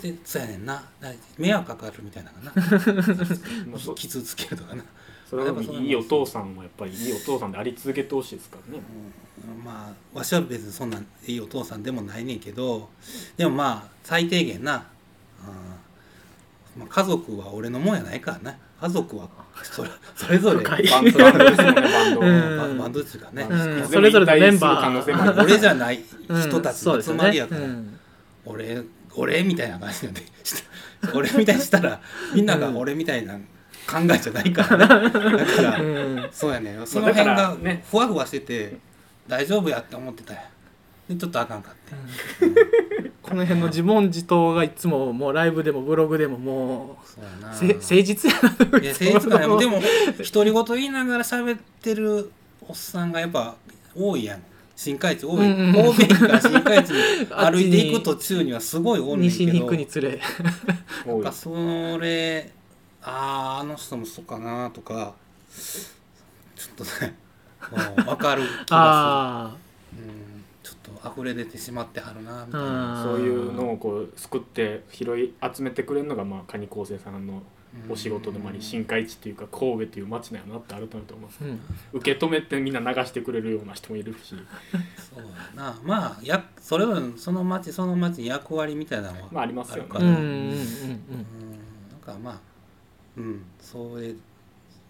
C: でそうやねんなだから迷惑かかるみたいなのか
A: ま
C: な
A: あそ
C: 傷つけるとかな
A: それはでもいいお父さんもやっぱりいいお父さんであり続けてほしいですからね。
C: うんまあわしは別にそんないいお父さんでもないねんけどでもまあ最低限な、うんまあ、家族は俺のもんやないからな家族はそれそれぞ れ
B: 深い
A: バンドなんですもんねバンド。
B: うん
C: ババンドっていうかね、
A: まあ
B: う
A: い
B: ん
A: つで
B: そ
A: も
B: れぞ
A: 引
B: れの
A: 退
B: メン
A: する
B: バー
A: 可能性もある
C: 俺じゃない
B: うん
C: 人たち
B: そう
C: の
B: ですよ
C: 集
B: ね
C: まりやから、
B: うん
C: 俺俺みたいな感じで 俺みたいにしたらみんなが俺みたいな考えじゃないから ねだから、
B: うん
C: そうやねその辺
A: だ
C: が
A: からね
C: ふわふわしてて大丈夫やって思ってたよでちょっとあかんかって
B: この辺の自問自答がいつももうライブでもブログでもも
C: そうや
B: う
C: な
B: せ誠実やない
C: や誠実だねでも独り言言いながら喋ってるおっさんがやっぱ多いやん新海地多い、
B: うんうん
C: 欧米から新海地に
B: あっち
C: 歩
B: に
C: いていく途中にはすごい多いんねんけ
B: 西
C: ど
B: に行くにつれ
A: 多い
C: なんかそれあああの人もそうかなとかちょっとね 分かる気が
B: あ
C: する、うん、ちょっと溢れ出てしまってはるなみたいな。
B: あ
A: そういうのをこう救って拾い集めてくれるのがまあ蟹高生さんのお仕事でもあり新海地というか神戸という町なんやなって改めて思います
B: うん
A: 受け止めてみんな流してくれるような人もいるし、
C: そうやなまあやそれぞれのその町その町に役割みたいなのは
A: まあ、ありますよ
C: ある
A: ね
C: か
B: うんう
C: ら
B: んうん
C: うんなんかまあうんそれ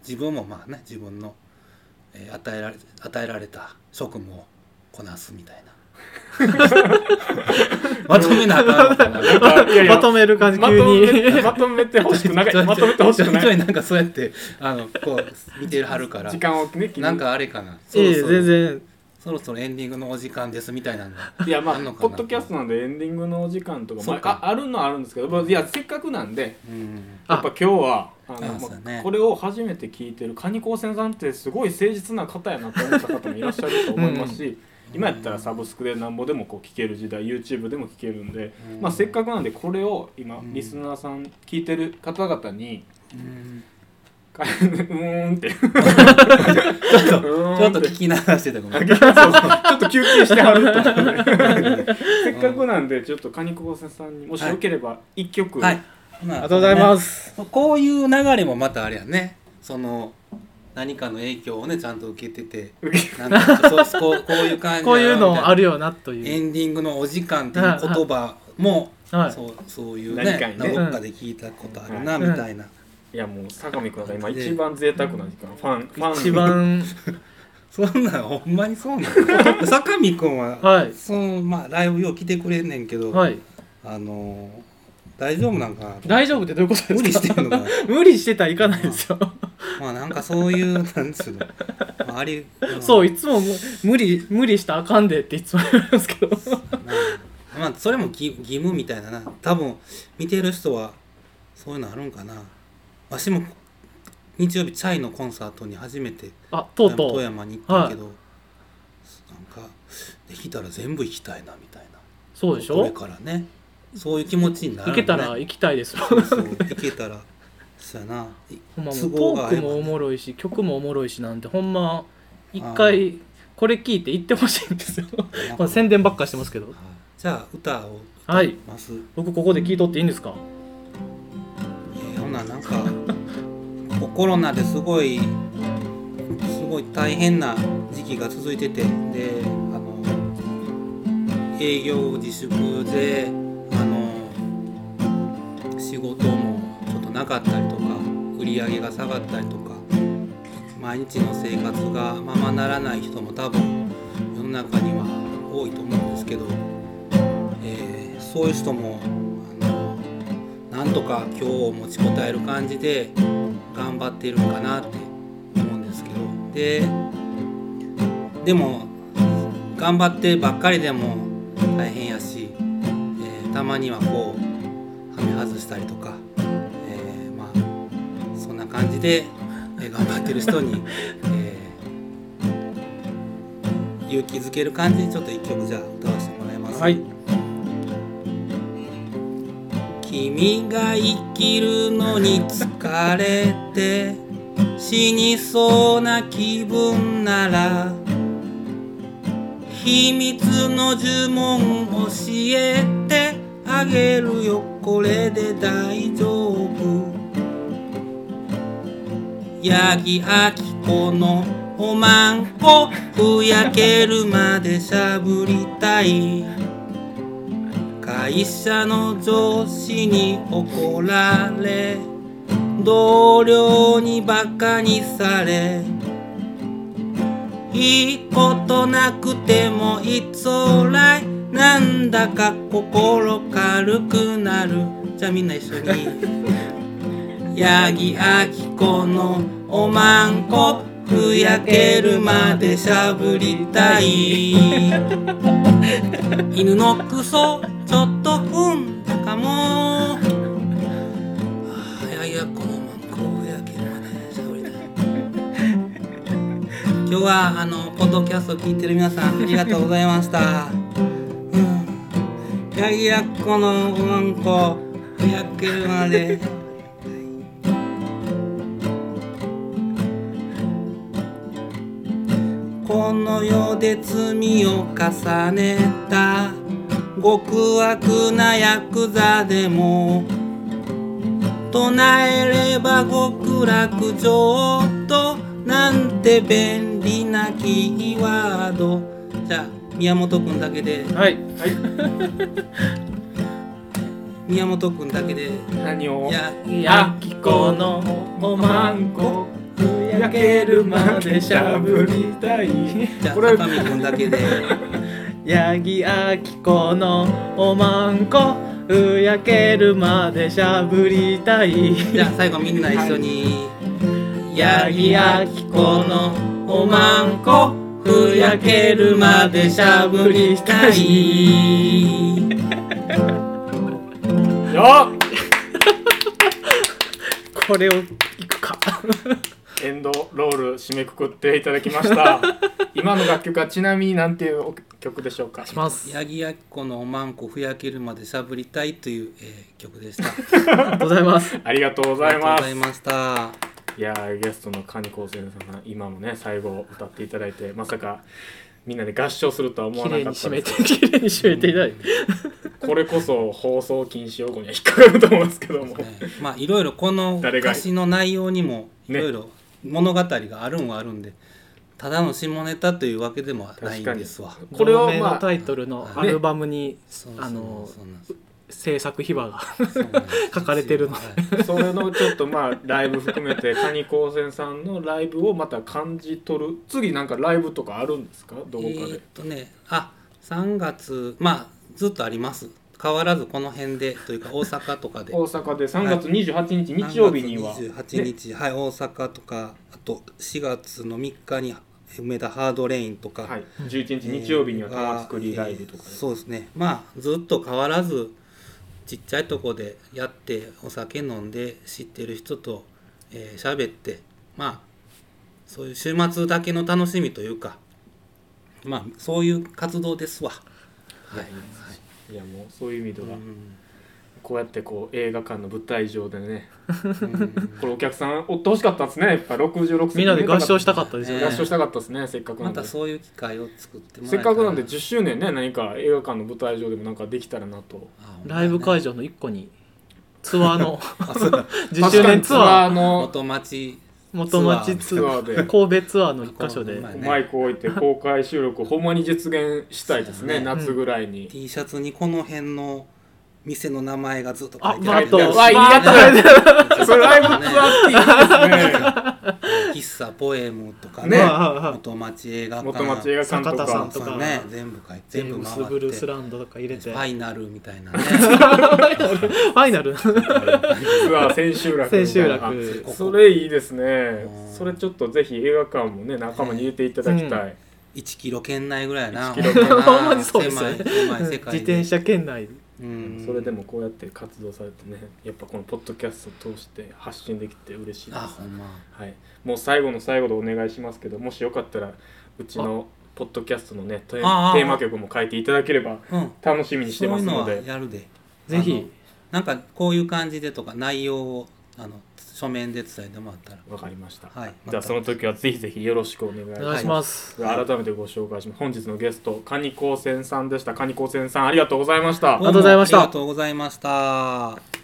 C: 自分もまあね自分の、えー与えられ与えられた職務をこなすみたい なまとめなあかんのかな
A: なんかいやい
B: うん
A: や
B: まとめる感じ
A: ま
B: 急
A: とめ
B: に
A: てまとめてほしくないまとめてほしく
C: ちょ
A: ないい
C: なんかそうやってあのこう見てるはるから
A: 時間をね気に
C: なんかあれかなそろ
B: ええ
C: そろ
B: 全然
C: そろそろエンディングのお時間ですみたいなのが
A: いやま
C: あんの
A: あ
C: かな
A: ポッドキャストなんでエンディングのお時間とか
C: そ
A: ま
C: う
A: あ
C: か
A: ああるのはあるんですけどまあいやせっかくなんで
C: うん
A: やっぱ今日はあの
C: あそうだね
A: まあこれを初めて聞いてる蟹高専さんってすごい誠実な方やなと思った方もいらっしゃると思いますし、今やったらサブスクでなんぼでもこう聞ける時代 YouTube でも聞けるんで、
C: うん
A: まあ、せっかくなんでこれを今
C: うん
A: リスナーさん聞いてる方々に
C: うん
A: 「かうーん」って
C: ちょっと、
A: う
C: ち
A: ーん
C: ょっと聞き流してたごめん。
A: そうそうちょっと休憩してはると思って せっかくなんでちょっと蟹高専さんにもしよければ1曲、
C: はい。
B: あ
C: あ。
B: りがとうございますす
C: こういう流れもまたあれやね。その、何かの影響をねちゃんと受けてて
A: 受
C: なんかそうそうこうこういう感じ
B: こういうのあ
C: る
B: るよなとい
C: エ
B: う
C: ンディングのお時間っていう言葉も、
B: はい
C: そうそういう
A: 何か
C: ね
A: に
C: な
A: ね
C: どっかで聞いたことあるな、
B: うん
C: みたいな、
A: いやもう坂見君が今一番贅沢な時間ファンファン
B: 一 番
C: そんなんほんまにそうなの坂見君は、
B: はい
C: そのまあライブよう来てくれんねんけど、
B: はい
C: あのー大丈夫なんかなと
B: 大丈夫ってどういうことですか
C: 無理してんのかな
B: 無理してたらいかないですよ
C: まあなんかそ ういうなんつうの、まあ、あり、まあ
B: そういつも無理無理したらあかんでっていつも言うんですけ ど
C: まあそれも義義務みたいなな多分見てる人はそういうのあるんかなわしも日曜日チャイのコンサートに初めて
B: あとうと
C: 富
B: う
C: 山に行ったけど、なんかできたら全部行きたいなみたいな
B: そうでし
C: これ
B: ょ
C: からねそういう気持ちにな
B: 行
C: るよ
B: け
C: ね
B: たら行きたいですもん
C: そうそう行けたらそうやな
B: ほんまもう
C: 都
B: ト
C: 合が
B: ー
C: 合え
B: ク
C: ば
B: もおもろいし曲もおもろいしなんてほんま一回これ聞いて行ってほしいん ですよ まあ宣伝ばっかしてますけど
C: じゃあ歌を歌
B: はいい
C: ます、
B: 僕ここで聞いとっていいんですか
C: えーほななんかこコロナですごいすごい大変な時期が続いててであの営業自粛であの仕事もちょっとなかったりとか売り上げが下がったりとか毎日の生活がままならない人も多分世の中には多いと思うんですけど、えーそういう人もあのなんとか今日を持ちこたえる感じで頑張っているのかなって思うんですけどででも頑張ってばっかりでも大変やし、えーたまにはこうはめ外したりとか、えーまあそんな感じで、えー頑張ってる 人に、えー勇気づける感じでちょっと一曲じゃあ歌わせてもらいます。
B: はい
C: 君が生きるのに疲れて死にそうな気分なら秘密の呪文教えてあげるよこれで大丈夫八木亜希子のおまんこふやけるまでしゃぶりたい会社の上司に怒られ同僚にバカにされいいことなくても It's alright なんだか心軽くなるじゃあみんな一緒に八木亜希子のおまんこふやけるまでしゃぶりたい犬のクソちょっと踏んだかもあやいやこのマンコやけまでしゃべりたい今日はあのポッドキャスト聞いてる皆さんありがとうございましたうんやいやこのマンコやけるまでこの世で罪を重ねた極悪なヤクザでも唱えれば極楽浄土なんて便利なキーワードじゃあ宮本くんだけで
B: はい
C: 宮本くんだけで
A: 何を
C: いや
B: やきこの
A: おまんこ
B: 焼けるまでしゃぶりたい
C: じゃあ
A: これ
C: 高見くんだ けで
B: 八木亜希子のおまんこふやけるまでしゃぶりたい
C: じゃあ最後みんな一緒に
B: 八木亜希子のおまんこ
C: ふやけるまでしゃぶりたい
A: よっ
B: これをいくか
A: エンドロール締めくくっていただきました今の楽曲はちなみになんていう曲でしょうか
B: しますあ
C: 八木亜希子のおまんこふやけるまでしゃぶりたいという、えー曲でしたあり
B: りがとうございます
A: ありがとうござい
C: がとう
A: ま
C: ご
A: す
C: ざいました
A: いやーゲストのカニコウセンさんが今もね最後歌っていただいてまさかみんなで合唱するとは思わ
B: 綺
A: なかっ
B: 麗に
A: た
B: 締
A: で
B: めて
A: す
B: 綺麗に締めていただいて
A: これこそ放送禁止用語には引っかかると思うんですけども
C: ねまあいろいろこの
A: 誰が
C: 歌詞の内容にもいろいろ物語があるんはあるんでただの下ネタというわけでもないんですわ
A: これを
B: 同名
A: ま
B: の
A: あ
B: タイトルの
C: ね
B: アルバムに
C: そう
B: あの
C: そうなんです
B: 制作秘話が
C: そうなんですよ
B: 書かれてるの
C: はい
A: それのちょっとまあライブ含めて蟹高専さんのライブをまた感じ取る次なんかライブとかあるんですかどこか
C: えー
A: で
C: っ、とねあ3月まあずっとあります変わらずこの辺でというか大阪とか で
A: 大阪で3月28日、日曜日には、
C: 3月28
A: ね
C: 日、はい大阪とかあと4月の3日に梅田ハードレインとか、
A: はい、11日日曜日には玉作りライブとか
C: え
A: で
C: ーそうですねまあずっと変わらずちっちゃいとこでやってお酒飲んで知ってる人と喋、えー喋ってまあそういう週末だけの楽しみというかまあそういう活動ですわ。はい
A: いやもうそういう意味で
C: う
A: は、
C: ん
A: こうやってこう映画館の舞台上でね
C: うん
A: これお客さんおってほしかったですねやっぱ66席
B: みんなで合唱したかったですよ
C: ね
A: 合唱したかったですねせっかくな
C: ま
A: んで、
C: たそういう機会を作ってもらえ
A: せ
C: た
A: っ
C: ら
A: かくなんで10周年ね何か映画館の舞台上でもなんかできたらなと
C: あほんまや
B: ラ
C: ね
B: イブ会場の一個にツアーの
C: あそう
B: 10周年ツアー
A: ーの
C: 元町
B: 元町
A: ツ
B: ツア
A: アーで
B: ー神戸ツアーの一箇所で
C: まあね
A: マイクを置いて公開収録をほんまに実現したいですね
C: そうだ
B: ね
A: 夏ぐらいに。
C: T シャツにこの辺の店の名前がずっと書い
B: あ
C: て
B: バ
C: ある
B: ート
A: うわいいやつだ
B: バート
A: それライブツアーっていいですね。
C: 喫茶ポエムとか
A: ね
C: ね元町映画館
A: 元町映画館と
B: 坂田さ
A: か
B: んとか
C: ね全部書いて
B: ジェ
C: 全
B: ー
C: 部
B: ム
C: 回
B: ス・ブルース・
C: って
B: ランドとか入れて
C: フ
B: ファ
C: ァイナルみたいな ね
B: イナル
A: ツアー千秋楽。
B: 千秋
A: あ
B: 楽
A: それいいですね
C: うん。
A: それちょっとぜひ映画館もね仲間に入れていただきたい。
C: 1キロ圏内ぐらいやな
A: 1キロ
C: な
B: ほんまにそうですよね
C: 狭い狭い
B: 自
C: 世界で
B: 転車圏内
C: うん
A: それでもこうやって活動されてね、やっぱこのポッドキャストを通して発信できて嬉しいです
C: あ。ほんま
A: はい、もう最後の最後でお願いしますけどもしよかったらうちのポッドキャストのねテー
C: あああ
A: テーマ曲も書いていただければ
C: うん
A: 楽しみにして
C: そう
A: ま
C: い
A: す
C: うの
A: の
C: は
A: で
C: やるで
B: ぜ
C: あの
B: ひ
C: なんかこういう感じでとか内容をあの書面で伝えてもらったら
A: わかりました、
C: はい
A: じゃあその時はぜひぜひよろしくお願いし
B: お
A: ます
B: 願いします
A: 改めてご紹介します本日のゲストカニ高専さんでしたカニ高専さんありがとうございました
B: ありがとうございました
C: ありがとうございました